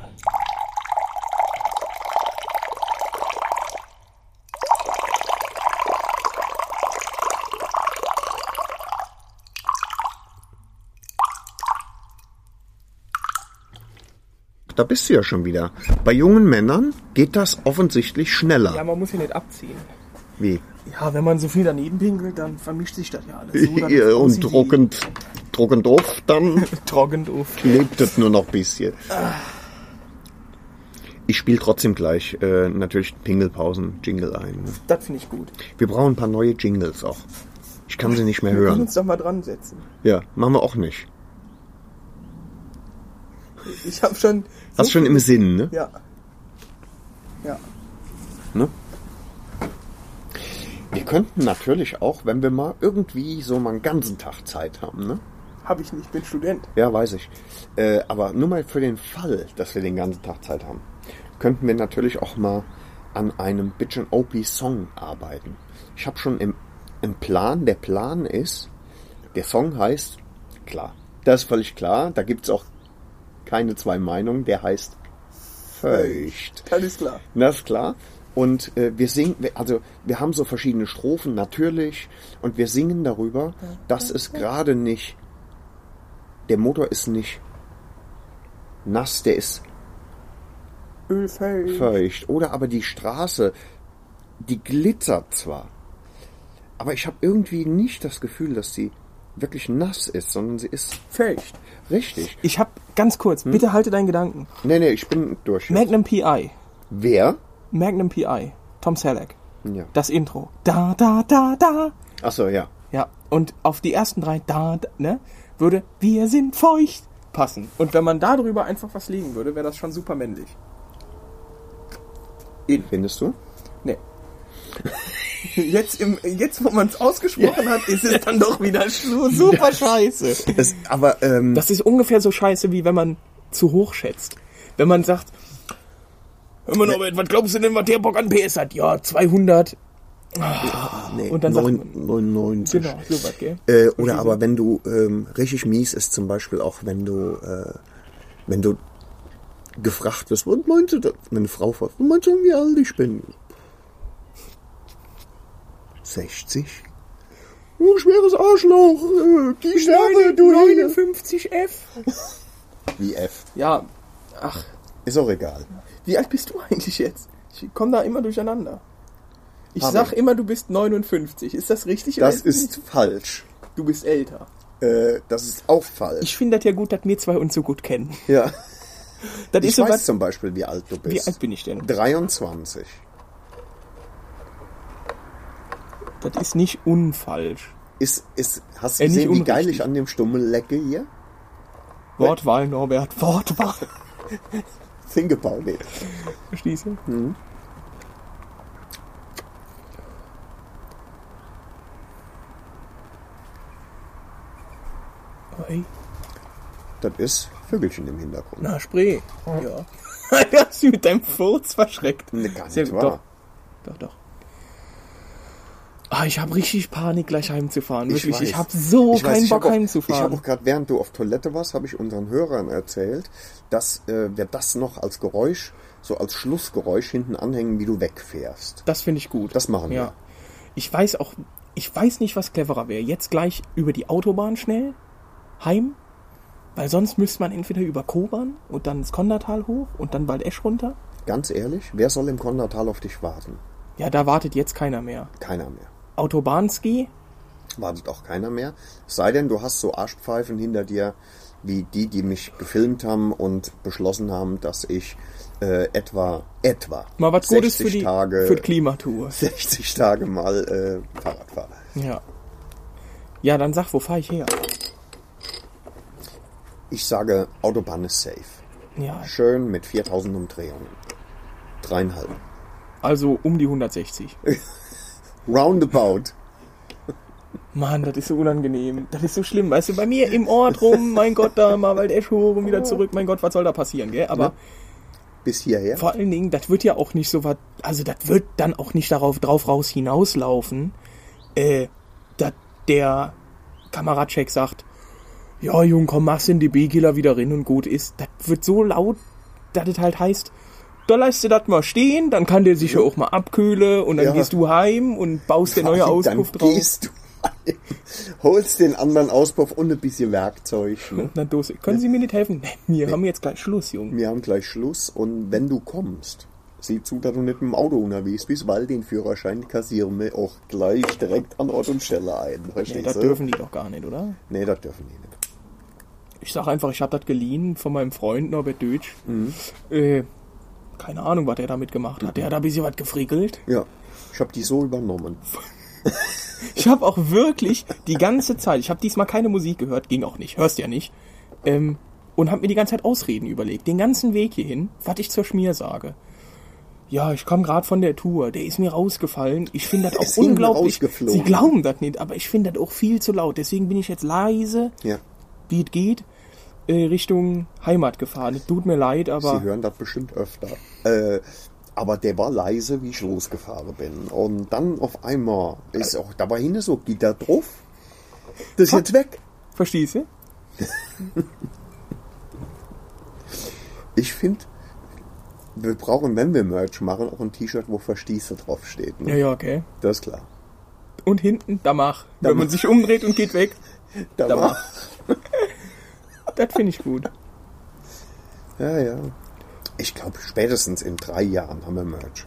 B: Da bist du ja schon wieder. Bei jungen Männern geht das offensichtlich
C: Ja,
B: schneller.
C: man muss hier nicht abziehen.
B: Wie?
C: Ja, wenn man so viel daneben pinkelt, dann vermischt sich das ja alles. So, dann ist
B: Ihr und
C: OCD
B: druckend, druckend auf, dann
C: trockend auf.
B: lebt es nur noch ein bisschen. Ich spiele trotzdem gleich äh, natürlich Pingelpausen-Jingle ein. Ne?
C: Das finde ich gut.
B: Wir brauchen ein paar neue Jingles auch. Ich kann sie nicht mehr
C: Wir können
B: hören.
C: uns doch mal dran setzen.
B: Ja, machen wir auch nicht.
C: Ich habe schon. so
B: Hast schon im Sinn, ne?
C: Ja. Ja.
B: ne? Wir könnten natürlich auch, wenn wir mal irgendwie so mal einen ganzen Tag Zeit haben, ne?
C: Habe ich nicht. Bin Student.
B: Ja, weiß ich. Äh, aber nur mal für den Fall, dass wir den ganzen Tag Zeit haben, könnten wir natürlich auch mal an einem Bitch and OP Song arbeiten. Ich habe schon im, im Plan, der Plan ist, der Song heißt, klar, das ist völlig klar, da gibt's auch keine zwei Meinungen, der heißt Feucht.
C: Alles klar.
B: Das Ne, ist klar. Und äh, wir singen, wir- also wir haben so verschiedene Strophen natürlich und wir singen darüber, dass es gerade nicht, der Motor ist nicht nass, der ist
C: Ölfeld.
B: feucht. Oder aber die Straße, die glitzert zwar, aber ich habe irgendwie nicht das Gefühl, dass sie wirklich nass ist, sondern sie ist
C: Feucht.
B: richtig.
C: Ich habe ganz kurz,
B: Hm?
C: bitte halte deinen Gedanken.
B: Nee, nee, ich bin durch. jetzt.
C: Magnum PI.
B: Wer?
C: Magnum PI. Tom Selleck.
B: Ja.
C: Das Intro. Da, da, da, da.
B: Achso, ja.
C: Ja, und auf die ersten drei da, da ne, würde wir sind feucht passen. Und wenn man darüber einfach was legen würde, wäre das schon super männlich.
B: Findest du?
C: Nee. Jetzt, im, jetzt wo man es ausgesprochen hat, ist es dann doch wieder so super scheiße.
B: Es, aber ähm,
C: Das ist ungefähr so scheiße, wie wenn man zu hoch schätzt. Wenn man sagt, hör mal Norbert, was glaubst du denn, was der Bock an PS hat? Ja, 200.
B: nee,
C: und dann sagt
B: neun- 99.
C: Genau, so was, gell?
B: Äh,
C: Mhm.
B: oder aber wenn du ähm, richtig mies ist, zum Beispiel auch wenn du, äh, wenn du gefragt wirst, und meinte, wenn eine Frau fragt, und meinte, wie alt ich bin? 60? Du schweres Arschloch, äh, die Sterbe, du Neune.
C: 59F.
B: Wie F.
C: Ja, ach,
B: Ist auch egal.
C: Wie alt bist du eigentlich jetzt? Ich komme da immer durcheinander. Ich
B: Aber-
C: sag immer, du bist 59. Ist das richtig? oder
B: Das ist falsch.
C: nicht? Du bist älter.
B: Äh, das ist auch falsch.
C: Ich finde das ja gut, dass wir zwei uns so gut kennen.
B: ja.
C: Das
B: ich
C: ist so
B: weiß
C: was.
B: zum Beispiel, wie alt du bist.
C: Wie alt bin ich denn?
B: 23.
C: Das ist nicht unfalsch.
B: Ist, ist, hast du
C: Äh, nicht
B: gesehen, wie
C: unrichtig.
B: geil ich an dem Stummel lecke hier?
C: Wortwahl, Norbert. Wortwahl.
B: Think about it.
C: Verstehst du? Oi.
B: Das ist Vögelchen im Hintergrund.
C: Na, Spree. Ja. Hast du mit deinem Furz verschreckt?
B: Nee, gar
C: Sehr
B: nicht
C: gut,
B: wahr.
C: Doch, doch, doch. Ah, ich habe richtig Panik, gleich heimzufahren. wirklich,
B: weiß.
C: ich habe so
B: Ich weiß,
C: keinen
B: ich hab
C: Bock
B: auch- Ich
C: heimzufahren.
B: habe auch gerade, während du auf Toilette warst, habe ich unseren Hörern erzählt, dass äh, wir das noch als Geräusch, so als Schlussgeräusch hinten anhängen, wie du wegfährst.
C: das finde ich gut.
B: Das machen wir.
C: Ja. Ich weiß auch, ich weiß nicht, was cleverer wäre. Jetzt gleich über die Autobahn schnell heim, weil sonst müsste man entweder über Kobern und dann ins Kondertal hoch und dann bald Esch runter.
B: Ganz ehrlich, wer soll im Kondertal auf dich warten?
C: Ja, da wartet jetzt keiner mehr.
B: Keiner mehr.
C: Autobahnski,
B: Wartet auch keiner mehr. Es sei denn, du hast so Arschpfeifen hinter dir, wie die, die mich gefilmt haben und beschlossen haben, dass ich äh, etwa, etwa
C: mal was Gutes für die
B: Tage,
C: für die Klimatour.
B: 60 Tage mal äh, Fahrrad fahre.
C: Ja. Ja, dann sag, wo fahre ich her?
B: Ich sage, Autobahn ist safe.
C: Ja,
B: Schön mit 4000 Umdrehungen. Dreieinhalb.
C: also um die 160.
B: Roundabout.
C: Mann, das ist so unangenehm. Das ist so schlimm. Weißt du, bei mir im Ort rum, mein Gott, da mal Waldesch hoch und wieder zurück. Mein Gott, was soll da passieren, gell? Aber
B: Bis hierher.
C: vor allen Dingen, das wird ja auch nicht so was, also das wird dann auch nicht darauf drauf raus hinauslaufen, äh, dass der Kameradcheck sagt, ja, Jung, komm, mach's in die B-Killer wieder rein und gut ist. Das wird so laut, dass es halt heißt, da lässt du das mal stehen, dann kann der sich ja auch mal abkühlen und dann
B: Ja.
C: gehst du heim und baust dir neue Auskunft
B: Dann
C: drauf.
B: gehst du heim, holst den anderen Auspuff und ein bisschen Werkzeug. Ne?
C: Na Dose, können Sie mir nicht helfen? Nee, wir haben jetzt gleich Schluss, Junge.
B: Wir haben gleich Schluss und wenn du kommst, sieh zu, dass du nicht mit dem Auto unterwegs bist, weil den Führerschein kassieren wir auch gleich direkt an Ort und Stelle ein.
C: Nee,
B: Verstehst
C: das
B: du?
C: dürfen die doch gar nicht, oder?
B: Nee, das dürfen die nicht.
C: Ich sag einfach, ich hab das geliehen von meinem Freund Norbert Deutsch.
B: Mhm.
C: Äh, keine Ahnung, was der damit gemacht hat. Der hat da ein bisschen was gefrickelt.
B: Ja, ich habe die so übernommen.
C: Ich habe auch wirklich die ganze Zeit, ich habe diesmal keine Musik gehört, ging auch nicht, hörst ja nicht, ähm, und habe mir die ganze Zeit Ausreden überlegt, den ganzen Weg hierhin, was ich zur Schmier sage. Ja, ich komme gerade von der Tour, der ist mir rausgefallen. Ich finde das auch
B: Ist Ihnen
C: unglaublich.
B: rausgeflogen.
C: Sie glauben das nicht, aber ich finde das auch viel zu laut. Deswegen bin ich jetzt leise,
B: Ja,
C: wie es geht, äh, Richtung Heimat gefahren. Es tut mir leid, aber
B: Sie hören das bestimmt öfter. Äh, aber der war leise, wie ich losgefahren bin. Und dann auf einmal ist auch da war hin so Gitter drauf. Das ist jetzt weg.
C: verstehst du?
B: Ich finde, wir brauchen, wenn wir Merch machen, auch ein T-Shirt, wo Verstieße draufsteht. Ne?
C: Ja, ja, okay.
B: Das ist klar.
C: Und hinten, da mach. Wenn man
B: mach.
C: sich umdreht und geht weg,
B: Da
C: Da
B: war-
C: das finde ich gut.
B: Ja, ja. Ich glaube, spätestens in drei Jahren haben wir Merch.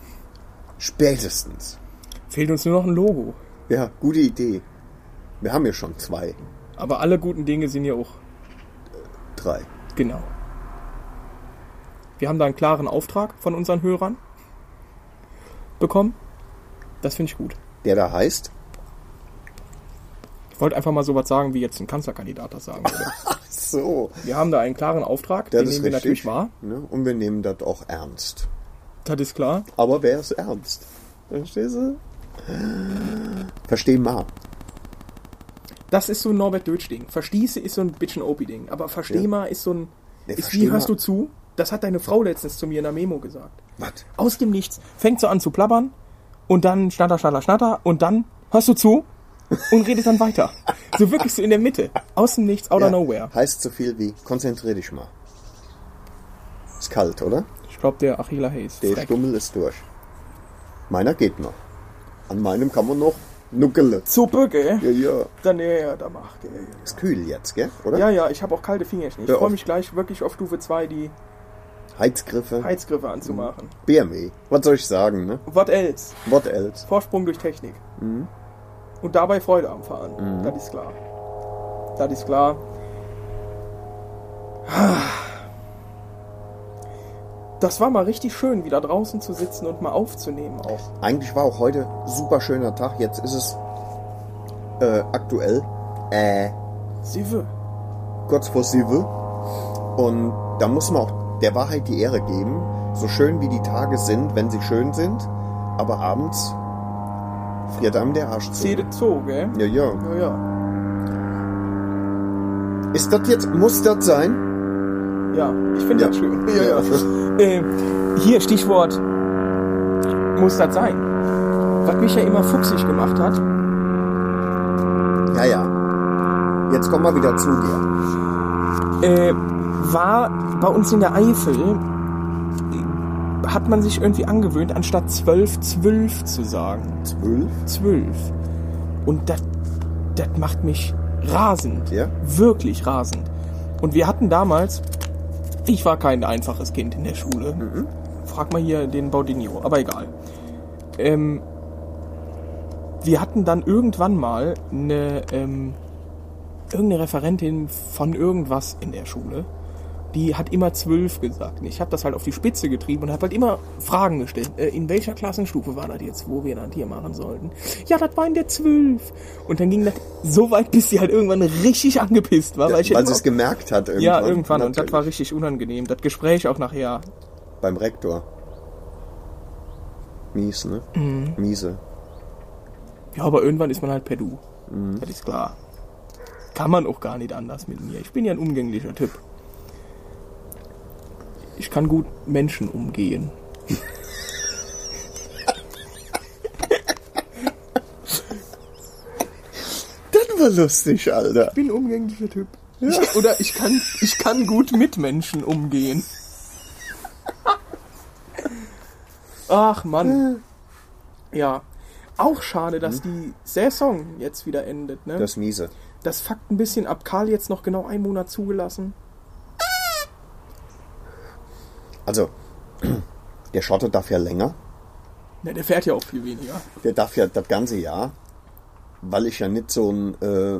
B: Spätestens.
C: Fehlt uns nur noch ein Logo.
B: Ja, gute Idee. Wir haben ja schon zwei,
C: Aber alle guten Dinge sind ja auch
B: drei.
C: genau. Wir haben da einen klaren Auftrag von unseren Hörern bekommen. Das finde ich gut.
B: Der da heißt?
C: Ich wollte einfach mal sowas sagen, wie jetzt ein Kanzlerkandidat das sagen würde.
B: So.
C: Wir haben da einen klaren Auftrag,
B: Das
C: den
B: ist
C: nehmen wir natürlich
B: richtig.
C: wahr.
B: Ne? Und wir nehmen das auch ernst.
C: Das ist klar.
B: Aber wer ist ernst? Verstehst du? Versteh mal.
C: Das ist so ein Norbert Deutsch-Ding. Verstieße ist so ein bisschen Opi-Ding. Aber versteh
B: Ja.
C: mal ist so ein.
B: Nee,
C: ist
B: versteh
C: wie hörst
B: mal.
C: du zu? Das hat deine Frau letztens zu mir in der Memo gesagt.
B: Was?
C: Aus dem Nichts. Fängt so an zu plappern und dann schnatter, schnatter, schnatter und dann hörst du zu und redest dann weiter. So wirklich so in der Mitte. Aus dem Nichts, out of nowhere.
B: Heißt so viel wie, konzentrier dich mal. Ist kalt, oder?
C: Ich glaube, der Achila Hayes.
B: Der
C: Freck.
B: Stummel ist durch. Meiner geht noch. An meinem kann man noch nuckele.
C: Suppe, gell?
B: Ja, ja.
C: Dann, ja, ja, da macht er.
B: Ist kühl jetzt, gell? Oder?
C: Ja, ja, ich habe auch kalte Fingerchen. Ich
B: Hör auf.
C: freue mich gleich wirklich auf Stufe 2 die
B: Heizgriffe.
C: Heizgriffe anzumachen.
B: Mhm. BME. Was soll ich sagen, ne?
C: What else?
B: What else?
C: Vorsprung durch Technik.
B: Mhm.
C: Und dabei Freude am Fahren. Das ist klar. Das ist klar. Das war mal richtig schön, wieder draußen zu sitzen und mal aufzunehmen auch.
B: Eigentlich war auch heute super schöner Tag. Jetzt ist es äh, aktuell. Äh,
C: Sieve.
B: kurz vor Silve. Und da muss man auch der Wahrheit die Ehre geben. So schön wie die Tage sind, wenn sie schön sind, aber abends friert einem der Arsch zu.
C: Zede Zoo, gell?
B: Ja, ja.
C: Ja, ja.
B: Ist das jetzt, muss das sein?
C: Ja, ich finde
B: Ja.
C: das schön.
B: Ja, ja.
C: Ähm, hier, Stichwort. Muss das sein? Was mich ja immer fuchsig gemacht hat,
B: Ja, ja. Jetzt komm mal wieder zu dir.
C: äh, war bei uns in der Eifel, äh, hat man sich irgendwie angewöhnt, anstatt zwölf, zwölf zu sagen.
B: Zwölf?
C: Zwölf. Und das das macht mich rasend.
B: Ja?
C: Wirklich rasend. Und wir hatten damals, ich war kein einfaches Kind in der Schule. Frag mal hier den Baudinio, aber egal. Ähm, wir hatten dann irgendwann mal eine, ähm, irgendeine Referentin von irgendwas in der Schule. Die hat immer zwölf gesagt. Und Ich habe das halt auf die Spitze getrieben und habe halt immer Fragen gestellt. Äh, in welcher Klassenstufe war das jetzt, wo wir das hier machen sollten? Ja, das war in der zwölf. Und dann ging das so weit, bis sie halt irgendwann richtig angepisst war. weil ich
B: Weil
C: immer-
B: sie es gemerkt hat irgendwann.
C: ja, irgendwann. Und das
B: Natürlich.
C: war richtig unangenehm. Das Gespräch auch nachher.
B: Beim Rektor. Mies, ne? Miese.
C: Ja, aber irgendwann ist man halt per Du. Das ist klar. Kann man auch gar nicht anders mit mir. Ich bin ja ein umgänglicher Typ. Ich kann gut Menschen umgehen.
B: Das war lustig, Alter.
C: bin ein umgänglicher Typ. Ich, oder ich kann, ich kann gut mit Menschen umgehen. Ach Mann. Ja. Auch schade, dass die Saison jetzt wieder endet. Ne?
B: Das ist miese.
C: Mhm. Das fuckt ein bisschen ab. Karl jetzt noch genau einen Monat zugelassen.
B: Also, der Schotte darf ja länger.
C: Ne, der fährt ja auch viel weniger.
B: Der darf ja das ganze Jahr, weil ich ja nicht so ein, äh,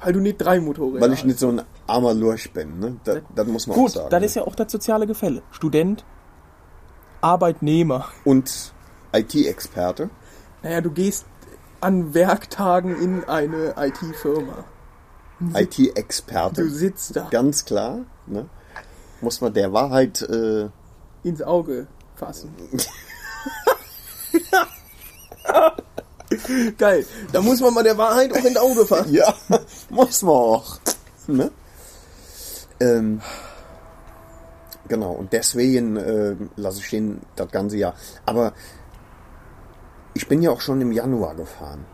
C: Weil du nicht drei Motorräder
B: weil ich
C: hast.
B: nicht so ein armer Lurch bin. Ne? Das, das muss man
C: Gut,
B: auch sagen. ne?
C: dann ist ja auch das soziale Gefälle. Student, Arbeitnehmer.
B: Und IT-Experte.
C: Naja, du gehst an Werktagen in eine IT-Firma. Mhm. Du
B: IT-Experte.
C: sitzt da
B: Ganz klar. Ne? Muss man der Wahrheit, äh,
C: ins Auge fassen. Geil. Da muss man mal der Wahrheit auch ins Auge fassen.
B: ja, muss man auch. Ne? Ähm, genau, und deswegen äh, lasse ich den das ganze Jahr. Aber ich bin ja auch schon im Januar gefahren.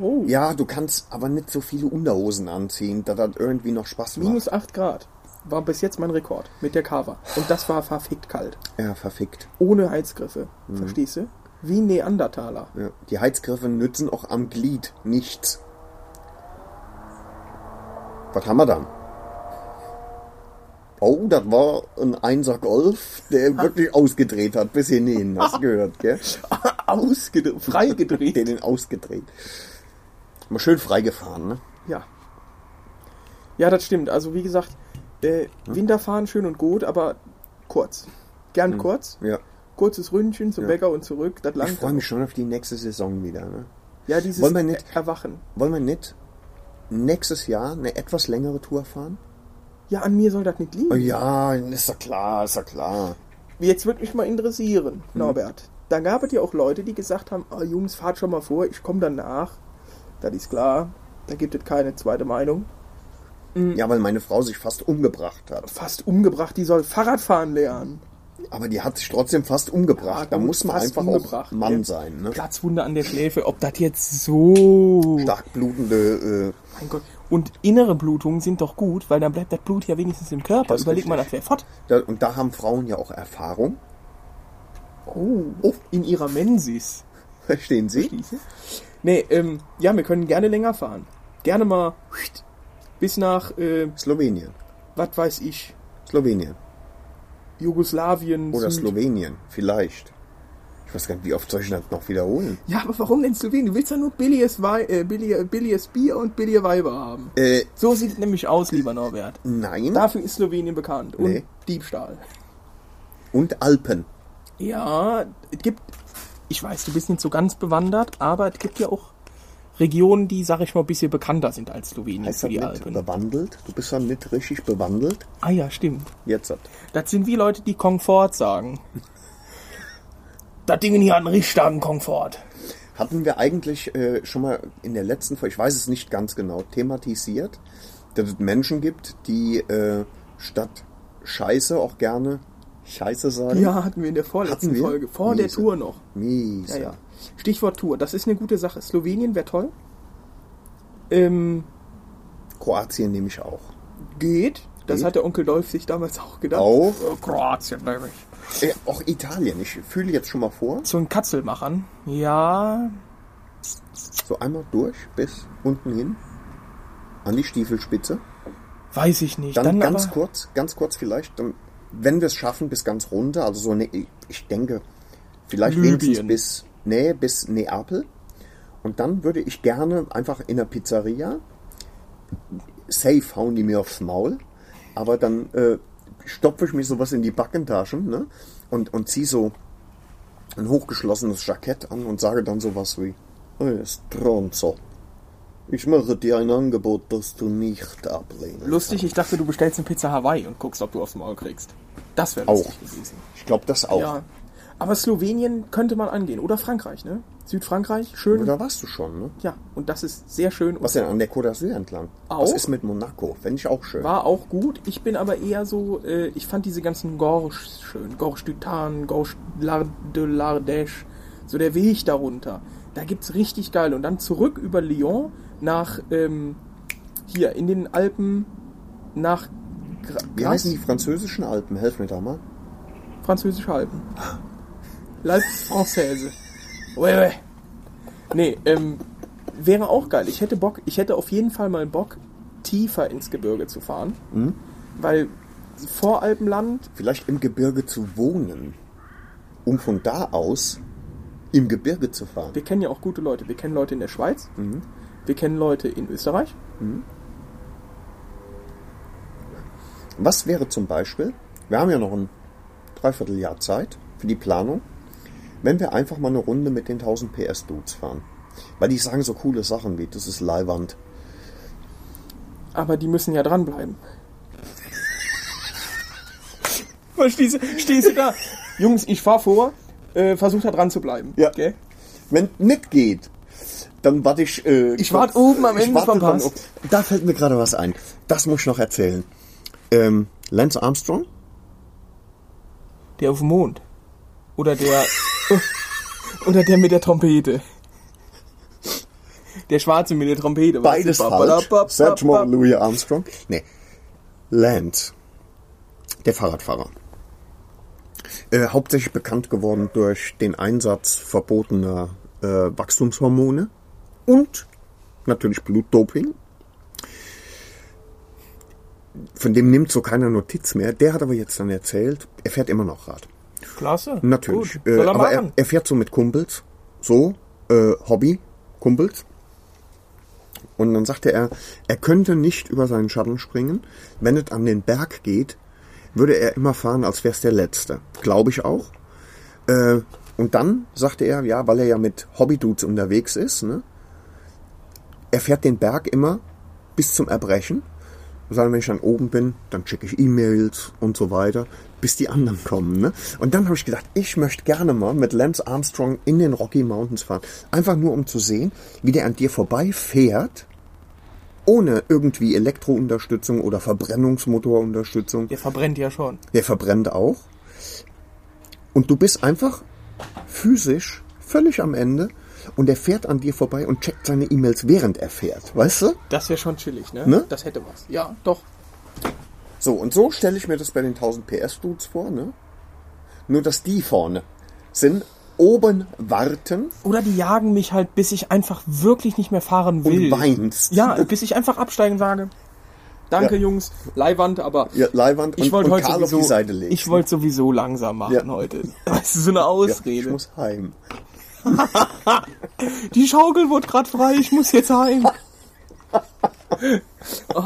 C: Oh,
B: Ja, du kannst aber nicht so viele Unterhosen anziehen, da das irgendwie noch Spaß macht.
C: minus 8 Grad war bis jetzt mein Rekord mit der Kava. Und das war verfickt kalt.
B: Ja, verfickt.
C: Ohne Heizgriffe.
B: Mhm.
C: Verstehst du? Wie Neandertaler.
B: Ja. Die Heizgriffe nützen auch am Glied nichts. Was haben wir dann? Oh, das war ein Einser Golf, der wirklich ausgedreht hat, bis hin, hast du gehört, gell? Ausgedreht,
C: Freigedreht.
B: Den ausgedreht. Mal schön freigefahren, ne?
C: Ja. Ja, das stimmt. Also wie gesagt, äh,
B: Hm?
C: Winterfahren schön und gut, aber kurz. Gern kurz.
B: Ja.
C: Kurzes Ründchen zum
B: Hm. Ja.
C: Bäcker und zurück. Das
B: Ich
C: langt
B: freue
C: dann.
B: mich schon auf die nächste Saison wieder, ne?
C: Ja, dieses
B: Wollen wir nicht-
C: Erwachen.
B: Wollen wir nicht nächstes Jahr eine etwas längere Tour fahren?
C: Ja, an mir soll das nicht liegen.
B: Oh Ja, ist ja klar, ist ja klar.
C: Jetzt würde mich mal
B: Hm.
C: interessieren, Norbert. Da gab es ja auch Leute, die gesagt haben, ah, Jungs, fahrt schon mal vor, ich komme danach. Das ist klar. Da gibt es keine zweite Meinung.
B: Ja, weil meine Frau sich fast umgebracht hat.
C: Fast umgebracht, die soll Fahrradfahren lernen.
B: Aber die hat sich trotzdem fast umgebracht. da
C: gut,
B: muss man
C: fast
B: einfach auch
C: umgebracht,
B: Mann
C: ja.
B: sein. Ne?
C: Platzwunde an der Schläfe, ob das jetzt so.
B: Stark blutende. Äh,
C: Mein Gott. Und innere Blutungen sind doch gut, weil dann bleibt das Blut ja wenigstens im Körper.
B: ist
C: Überleg mal, das
B: richtig.
C: wäre fort.
B: da, und da haben Frauen ja auch Erfahrung.
C: Oh, in ihrer Mensis.
B: Verstehen Sie?
C: Diese? Nee, ähm, ja, wir können gerne länger fahren. Gerne mal bis nach, äh,
B: Slowenien.
C: was weiß ich,
B: Slowenien.
C: Jugoslawien.
B: Oder
C: Süd-
B: Slowenien, vielleicht. Ich weiß gar nicht, wie oft soll ich das noch wiederholen?
C: Ja, aber warum denn Slowenien? Du willst ja nur billiges, Wei äh, billige, billiges Bier und billige Weiber haben.
B: Äh,
C: So sieht es nämlich aus, lieber Norbert.
B: nein.
C: Dafür ist Slowenien bekannt. Und
B: Hm? Nee.
C: Diebstahl.
B: Und Alpen.
C: Ja, es gibt, ich weiß, du bist nicht so ganz bewandert, aber es gibt ja auch Regionen, die, sag ich mal, ein bisschen bekannter sind als Slowenien
B: Heißt
C: für
B: das
C: die
B: nicht
C: Alpen.
B: bewandelt? Du bist ja nicht richtig bewandelt.
C: Ah ja, stimmt.
B: Jetzt hat.
C: Das sind wie Leute, die Komfort sagen. Das Ding hier hat einen richtig starken Komfort.
B: Hatten wir eigentlich äh, schon mal in der letzten Folge, ich weiß es nicht ganz genau, thematisiert, dass es Menschen gibt, die äh, statt Scheiße auch gerne Scheiße sagen?
C: Ja, hatten wir in der vorletzten
B: Hatten wir?
C: Folge, vor der
B: Miese.
C: Tour noch.
B: Mies.
C: Ja, ja. Stichwort Tour, das ist eine gute Sache. Slowenien wäre toll. Ähm,
B: Kroatien nehme ich auch.
C: geht. Das
B: Geht.
C: hat der Onkel Dolph sich damals auch gedacht.
B: Auch?
C: Äh, Kroatien, glaube ich.
B: Äh, auch Italien. Ich fühle jetzt schon mal vor.
C: Zu den Katzelmachern. Ja,
B: So einmal durch bis unten hin. An die Stiefelspitze.
C: weiß ich nicht.
B: Dann,
C: Dann,
B: ganz
C: aber,
B: kurz, ganz kurz vielleicht, dann, wenn wir es schaffen, bis ganz runter, also so eine, ich denke, vielleicht
C: Libyen.
B: wenigstens bis, nee, bis Neapel. Und dann würde ich gerne einfach in der Pizzeria, safe hauen die mir aufs Maul, aber dann äh, stopfe ich mir sowas in die Backentaschen ne? und, und ziehe so ein hochgeschlossenes Jackett an und sage dann sowas wie, "Hey, Stronzo, ich mache dir ein Angebot, das du nicht ablehnst.
C: Lustig, ich dachte, du bestellst eine Pizza Hawaii und guckst, ob du aufs Maul kriegst. Das wäre
B: Auch.
C: lustig gewesen.
B: Ich glaube, das auch.
C: Ja. Aber Slowenien könnte man angehen. Oder Frankreich, ne? Südfrankreich, schön.
B: Da warst du schon, ne?
C: Ja, und das ist sehr schön. Und
B: Was denn an der Côte d'Azur entlang?
C: Auch?
B: Was ist mit Monaco? Fände ich auch schön.
C: War auch gut. Ich bin aber eher so, äh, ich fand diese ganzen Gorges schön. Gorges du Tarn, Gorges Lar- de l'Ardèche. So der Weg darunter. Da gibt's richtig geil. Und dann zurück über Lyon nach, ähm, hier in den Alpen nach Gra
B: Wie heißen die französischen Alpen? Helf mir da mal.
C: französische Alpen. L'Alpe Française. Ouais, ouais. Nee, ähm, wäre auch geil. Ich hätte Bock, ich hätte auf jeden Fall mal Bock, tiefer ins Gebirge zu fahren. Weil Voralpenland,
B: Vielleicht im Gebirge zu wohnen, um von da aus im Gebirge zu fahren.
C: wir kennen ja auch gute Leute. Wir kennen Leute in der Schweiz. Wir kennen Leute in Österreich.
B: Was wäre zum Beispiel, wir haben ja noch ein Dreivierteljahr Zeit für die Planung, wenn wir einfach mal eine Runde mit den 1000 PS-Dudes fahren. Weil die sagen so coole Sachen wie, das ist Leiwand.
C: Aber die müssen ja dranbleiben. Verstehst du, stehst du da? Jungs, ich fahr vor, äh, versuch da dran zu bleiben.
B: Ja.
C: Gell?
B: Wenn nicht geht, dann warte ich. Äh,
C: Ich warte oben am
B: ich
C: Ende des
B: warte
C: Kompass.
B: dann ob- Da fällt mir gerade was ein. Das muss ich noch erzählen. Ähm, Lance Armstrong?
C: Der auf dem Mond. Oder der. oder der mit der Trompete. Der Schwarze mit der Trompete.
B: Beides falsch. Serge Morgan, Louis Armstrong. Nee. Lance. Der Fahrradfahrer. Äh, hauptsächlich bekannt geworden durch den Einsatz verbotener äh, Wachstumshormone und natürlich Blutdoping. von dem nimmt so keiner Notiz mehr. Der hat aber jetzt dann erzählt, er fährt immer noch Rad.
C: Klasse.
B: Natürlich.
C: Gut. Soll
B: äh,
C: er
B: aber er,
C: machen.
B: er fährt so mit Kumpels. So, äh, Hobby, Kumpels. Und dann sagte er, er könnte nicht über seinen Schatten springen. Wenn es an den Berg geht, würde er immer fahren, als wäre es der Letzte. Glaube ich auch. Äh, und dann sagte er, ja, weil er ja mit Hobby-Dudes unterwegs ist, ne? er fährt den Berg immer bis zum Erbrechen. Und Sagen, wenn ich dann oben bin, dann schicke ich E-Mails und so weiter, bis die anderen kommen. Ne? Und dann habe ich gedacht, ich möchte gerne mal mit Lance Armstrong in den Rocky Mountains fahren. Einfach nur, um zu sehen, wie der an dir vorbeifährt, ohne irgendwie Elektrounterstützung oder Verbrennungsmotorunterstützung.
C: Der verbrennt ja schon.
B: Der verbrennt auch. Und du bist einfach physisch völlig am Ende und er fährt an dir vorbei und checkt seine E-Mails, während er fährt. Weißt du?
C: Das wäre schon chillig, ne?
B: Ne?
C: Das hätte was. Ja, doch.
B: So, und so stelle ich mir das bei den 1000 PS-Dudes vor, ne? Nur, dass die vorne sind, oben warten
C: Oder die jagen mich halt, bis ich einfach wirklich nicht mehr fahren
B: und
C: will.
B: weinst.
C: Ja, bis ich einfach absteigen sage. Danke,
B: Ja.
C: Jungs. Leihwand, aber
B: Ja, Leihwand
C: ich
B: und,
C: wollte
B: und
C: heute
B: Karl
C: sowieso,
B: auf die Seite legen.
C: ich wollte sowieso langsam machen
B: Ja.
C: heute. Das ist so eine
B: ja, ich
C: Ausrede.
B: muss heim.
C: die Schaukel wurde gerade frei, ich muss jetzt heim. oh,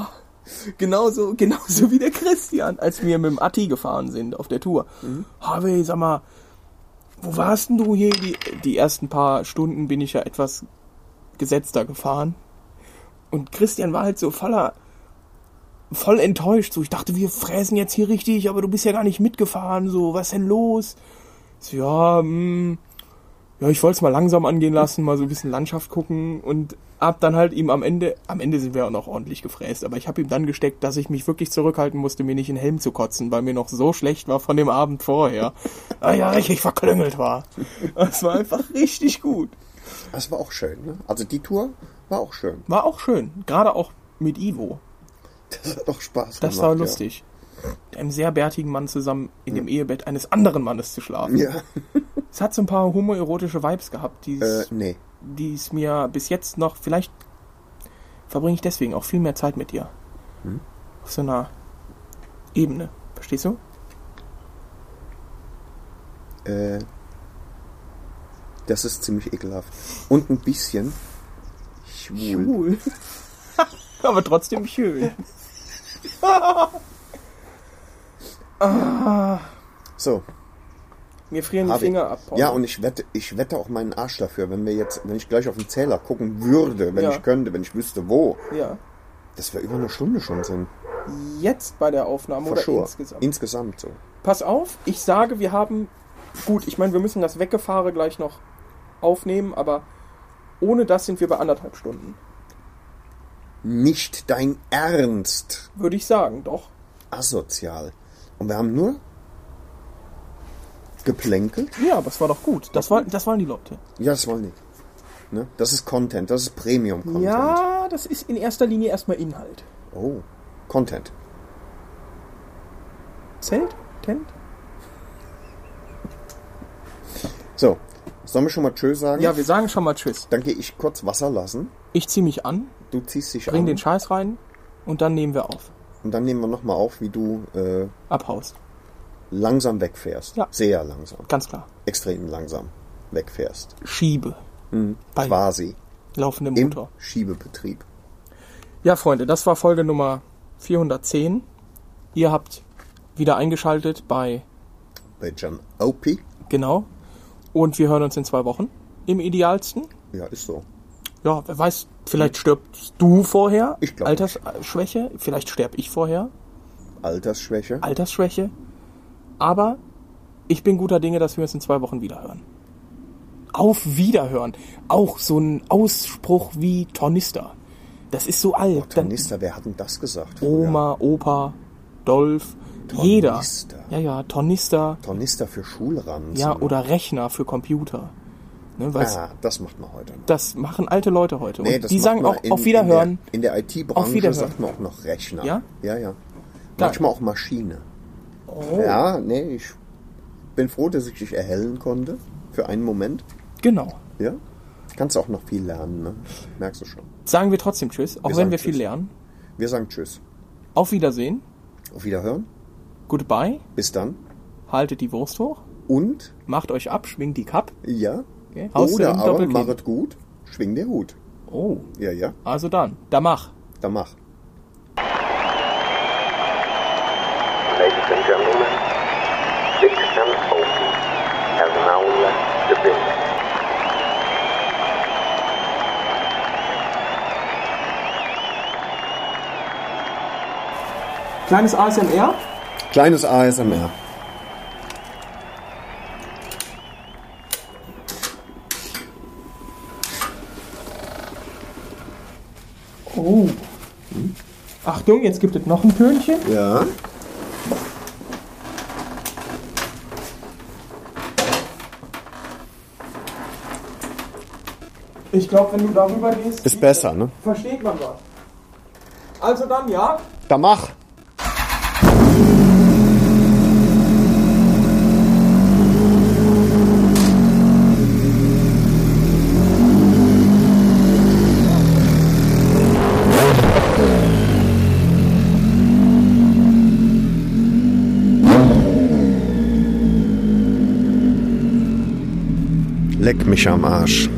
C: genauso, genauso wie der Christian, als wir mit dem Atti gefahren sind auf der Tour. Harvey, sag mal, wo warst denn du hier? Die, die ersten paar Stunden bin ich ja etwas gesetzter gefahren. Und Christian war halt so voller, voll enttäuscht. So, ich dachte, wir fräsen jetzt hier richtig, aber du bist ja gar nicht mitgefahren. So, was ist denn los? So, ja, hm, ja, ich wollte es mal langsam angehen lassen, mal so ein bisschen Landschaft gucken und hab dann halt ihm am Ende, am Ende sind wir auch noch ordentlich gefräst, aber ich hab ihm dann gesteckt, dass ich mich wirklich zurückhalten musste, mir nicht in den Helm zu kotzen, weil mir noch so schlecht war von dem Abend vorher. Ah ja, richtig verklüngelt war. Das war einfach richtig gut.
B: Das war auch schön, ne? Also die Tour war auch schön.
C: War auch schön, gerade auch mit Ivo.
B: Das hat auch Spaß
C: Das
B: gemacht.
C: war
B: ja.
C: lustig. Mit einem sehr bärtigen Mann zusammen in dem Ehebett eines anderen Mannes zu schlafen.
B: Ja,
C: Es hat so ein paar homoerotische Vibes gehabt, die
B: äh, nee.
C: die es mir bis jetzt noch, vielleicht verbringe ich deswegen auch viel mehr Zeit mit dir. Auf so einer Ebene. Verstehst du?
B: Äh, das ist ziemlich ekelhaft. Und ein bisschen schwul.
C: Cool. Aber trotzdem schön.
B: So,
C: Mir frieren
B: hab
C: die
B: ich.
C: Finger ab. Paul.
B: Ja, und ich wette, ich wette auch meinen Arsch dafür, wenn wir jetzt, wenn ich gleich auf den Zähler gucken würde, wenn
C: Ja.
B: ich könnte, wenn ich wüsste wo,
C: ja.
B: dass wir über eine Stunde schon sind.
C: Jetzt bei der Aufnahme oder
B: Verschor.
C: insgesamt?
B: Insgesamt so.
C: Pass auf, ich sage, wir haben. Gut, ich meine, wir müssen das Weggefahre gleich noch aufnehmen, aber ohne das sind wir bei anderthalb Stunden.
B: Nicht dein Ernst.
C: Würde ich sagen, doch.
B: Asozial. Und wir haben nur geplänkelt.
C: Ja, aber es war doch gut. Das, war, das waren die Leute.
B: Ja, das wollen die. Ne? Das ist Content, das ist Premium-Content.
C: Ja, das ist in erster Linie erstmal Inhalt.
B: Oh, Content.
C: Zelt? Tent?
B: So, sollen wir schon mal Tschö sagen?
C: Ja, wir sagen schon mal Tschüss.
B: Dann gehe ich kurz Wasser lassen.
C: Ich zieh mich an,
B: Du ziehst dich
C: bring
B: an.
C: den Scheiß rein und dann nehmen wir auf.
B: und dann nehmen wir nochmal auf, wie du äh,
C: Ab Haus.
B: langsam wegfährst.
C: Ja.
B: Sehr langsam.
C: Ganz klar.
B: Extrem langsam wegfährst.
C: Schiebe. Bei
B: Quasi.
C: laufendem
B: Im
C: Motor.
B: Schiebebetrieb.
C: Ja, Freunde, das war Folge Nummer 410. Ihr habt wieder eingeschaltet bei
B: Bei John Opie.
C: Genau. Und wir hören uns in zwei Wochen. Im idealsten.
B: Ja, ist so.
C: Ja, wer weiß, vielleicht stirbst du vorher.
B: Ich glaub
C: Altersschwäche. Vielleicht sterb ich vorher.
B: Altersschwäche.
C: Altersschwäche. Aber ich bin guter Dinge, dass wir uns in zwei Wochen wiederhören. Auf Wiederhören. Auch so ein Ausspruch wie Tornister. Das ist so alt.
B: Tornister, wer hat denn das gesagt?
C: Dann Oma, Opa, Dolf, jeder.
B: Tornister.
C: Ja, ja, Tornister.
B: Tornister für Schulranzen.
C: Ja, oder Rechner für Computer. Ne, weil's-
B: Ah, das macht man heute noch.
C: Das machen alte Leute heute. Und
B: Nee, das
C: die
B: macht
C: sagen
B: man
C: auch auf Wiederhören.
B: In der, in der
C: Auf
B: IT-Branche
C: Wiederhören.
B: sagt man auch noch Rechner.
C: Ja?
B: Ja, ja. Manchmal auch Maschine.
C: Oh.
B: Ja, nee, ich bin froh, dass ich dich erhellen konnte. Für einen Moment.
C: Genau.
B: Ja. Kannst auch noch viel lernen, ne? Merkst du schon.
C: Sagen wir trotzdem Tschüss, auch
B: Wir
C: wenn
B: sagen
C: wir viel
B: Tschüss.
C: lernen.
B: Wir sagen Tschüss.
C: Auf Wiedersehen.
B: Auf Wiederhören.
C: Goodbye.
B: Bis dann.
C: Haltet die Wurst hoch.
B: Und,
C: Macht euch ab. Schwingt die Kapp.
B: ja,
C: Okay. Haust du
B: oder
C: im
B: aber
C: Doppelkinn?
B: machet gut, schwing der Hut.
C: Oh.
B: Ja, ja,
C: Also dann. Da mach.
B: dann mach.
E: Ladies and gentlemen, Dick and Opie has now left the building.
C: Kleines ASMR.
B: Kleines ASMR.
C: Oh. Achtung, jetzt gibt es noch ein Tönchen.
B: Ja.
C: Ich glaube, wenn du darüber gehst,
B: Ist besser, ne?
C: versteht man was. Also dann ja.
B: Dann mach. Leck mich am Arsch.